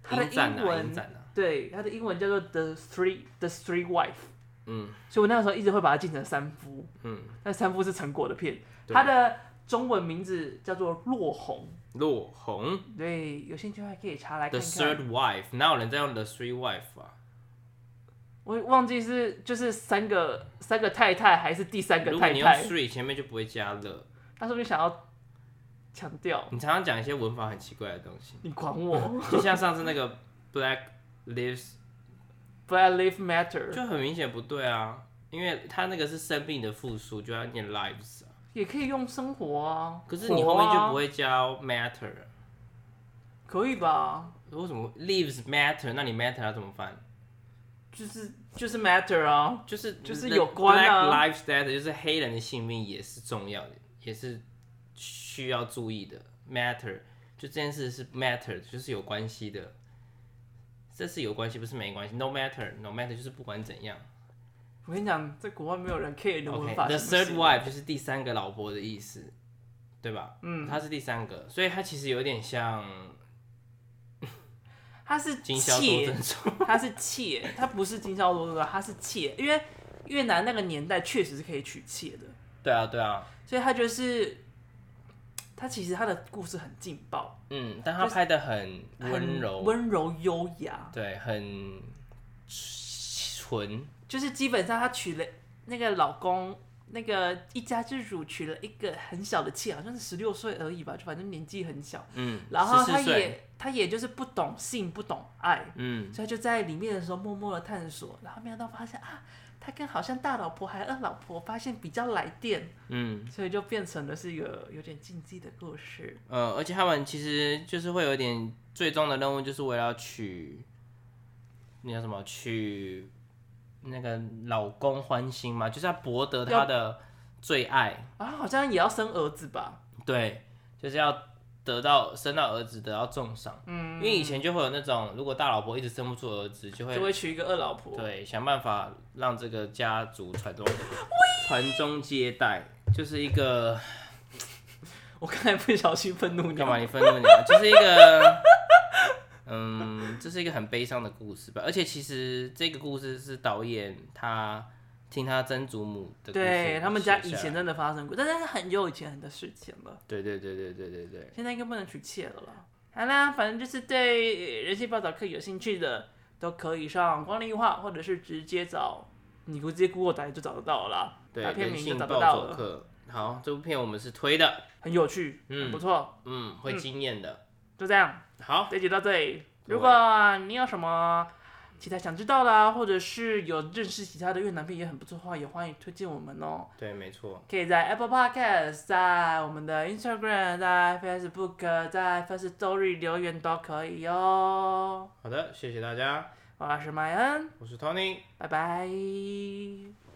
[SPEAKER 1] 它的
[SPEAKER 2] 影展
[SPEAKER 1] 英
[SPEAKER 2] 啊，
[SPEAKER 1] 文
[SPEAKER 2] 影展啊，
[SPEAKER 1] 对，它的英文叫做 The Three The Three Wife，
[SPEAKER 2] 嗯
[SPEAKER 1] 所以我那时候一直会把它记成三夫，
[SPEAKER 2] 嗯，
[SPEAKER 1] 但三夫是陈果的片，
[SPEAKER 2] 对
[SPEAKER 1] 它的中文名字叫做落红，
[SPEAKER 2] 落红
[SPEAKER 1] 对，有兴趣的话可以查来
[SPEAKER 2] The
[SPEAKER 1] 看看。
[SPEAKER 2] Third Wife，哪有人在用 The Three Wife 啊？
[SPEAKER 1] 我忘记是就是三个三个太太还是第三个
[SPEAKER 2] 如果
[SPEAKER 1] 太
[SPEAKER 2] 你用
[SPEAKER 1] 太，
[SPEAKER 2] Three 前面就不会加了。
[SPEAKER 1] 他说不定想要强调
[SPEAKER 2] 你常常讲一些文法很奇怪的东西，
[SPEAKER 1] 你管 我
[SPEAKER 2] 就像上次那个 Black Lives，
[SPEAKER 1] ，Black Lives Matter
[SPEAKER 2] 就很明显不对啊，因为它那个是生病的复数，就要念 lives 啊。
[SPEAKER 1] 也可以用生活啊，
[SPEAKER 2] 可是你后面就不
[SPEAKER 1] 活啊
[SPEAKER 2] 会加 matter，啊、
[SPEAKER 1] 可以吧？
[SPEAKER 2] 为什么 lives matter？那你 matter 要怎么翻？
[SPEAKER 1] 就是就是 Matter 啊，
[SPEAKER 2] 就是
[SPEAKER 1] 就是有关啊
[SPEAKER 2] Black lives matter 就是黑人的性命也是重要的，也是需要注意的 matter。就这件事是 matter，就是有关系的，这是有关系，不是没关系。No matter，no matter 就是不管怎样。
[SPEAKER 1] 我跟你讲，在国外没有人 care 你的文
[SPEAKER 2] OK，
[SPEAKER 1] 法
[SPEAKER 2] the
[SPEAKER 1] 是不是
[SPEAKER 2] third wife 就是第三个老婆的意思，对吧？
[SPEAKER 1] 嗯
[SPEAKER 2] 她是第三个，所以她其实有点像
[SPEAKER 1] 他是
[SPEAKER 2] 经销多
[SPEAKER 1] 妾，
[SPEAKER 2] 珍珠。
[SPEAKER 1] 他是妾，他不是经销多多，他是妾，因为越南那个年代确实是可以娶妾的，
[SPEAKER 2] 对啊，对啊，
[SPEAKER 1] 所以他就是他其实他的故事很劲爆，
[SPEAKER 2] 嗯，但她拍的很
[SPEAKER 1] 很
[SPEAKER 2] 温柔，
[SPEAKER 1] 温柔优雅，
[SPEAKER 2] 对，很纯，
[SPEAKER 1] 就是基本上她娶了那个老公，那个一家之主娶了一个很小的妾，好像是十六岁而已吧，就反正年纪很小。
[SPEAKER 2] 嗯，
[SPEAKER 1] 然后
[SPEAKER 2] 14
[SPEAKER 1] 她
[SPEAKER 2] 岁，
[SPEAKER 1] 也她也就是不懂性，不懂爱，
[SPEAKER 2] 嗯，
[SPEAKER 1] 所以她就在里面的时候默默的探索，然后没想到发现啊，她跟好像大老婆还二老婆发现比较来电，
[SPEAKER 2] 嗯。
[SPEAKER 1] 所以就变成了是一个有点禁忌的故事。
[SPEAKER 2] 呃，而且他们其实就是会有一点最终的任务，就是为了要娶，那叫什么？娶那个老公欢心嘛，就是要博得他的最爱，
[SPEAKER 1] 然后好像也要生儿子吧，
[SPEAKER 2] 对，就是要得到生到儿子得到重赏。嗯，因为以前就会有那种，如果大老婆一直生不出儿子，就会
[SPEAKER 1] 就会娶一个二老婆。
[SPEAKER 2] 对，想办法让这个家族传宗传宗接代，就是一个
[SPEAKER 1] 我刚才不小心愤 怒你
[SPEAKER 2] 干嘛？你愤怒你啊？就是一个，嗯，这是一个很悲伤的故事吧。而且其实这个故事是导演他听他曾祖母的故事
[SPEAKER 1] 对他们家
[SPEAKER 2] 写
[SPEAKER 1] 以
[SPEAKER 2] 下来
[SPEAKER 1] 前，真的发生过，但是很久以前的事情了，
[SPEAKER 2] 对对对对对对对，
[SPEAKER 1] 现在应该不能娶妾了啦。好啦，反正就是对人性报道课有兴趣的，都可以上光龄画，或者是直接找你直接 Google 打就找得到了啦，
[SPEAKER 2] 对
[SPEAKER 1] 打片
[SPEAKER 2] 人
[SPEAKER 1] 名就
[SPEAKER 2] 性
[SPEAKER 1] 找
[SPEAKER 2] 暴
[SPEAKER 1] 得到
[SPEAKER 2] 走
[SPEAKER 1] 了，
[SPEAKER 2] 课。好，这部片我们是推的，
[SPEAKER 1] 很有趣，
[SPEAKER 2] 嗯
[SPEAKER 1] 很不错。
[SPEAKER 2] 嗯，会惊艳的。
[SPEAKER 1] 就这样，
[SPEAKER 2] 好，
[SPEAKER 1] 这集到这里。
[SPEAKER 2] 对
[SPEAKER 1] 如果你有什么其他想知道啦，或者是有认识其他的越南片也很不错的话，也欢迎推荐我们哦、
[SPEAKER 2] 对，没错，
[SPEAKER 1] 可以在 Apple Podcast、在我们的 Instagram、在 Facebook、在 First Story 留言都可以哦。
[SPEAKER 2] 好的，谢谢大家，
[SPEAKER 1] 我是麦恩，
[SPEAKER 2] 我是 Tony。
[SPEAKER 1] 拜拜。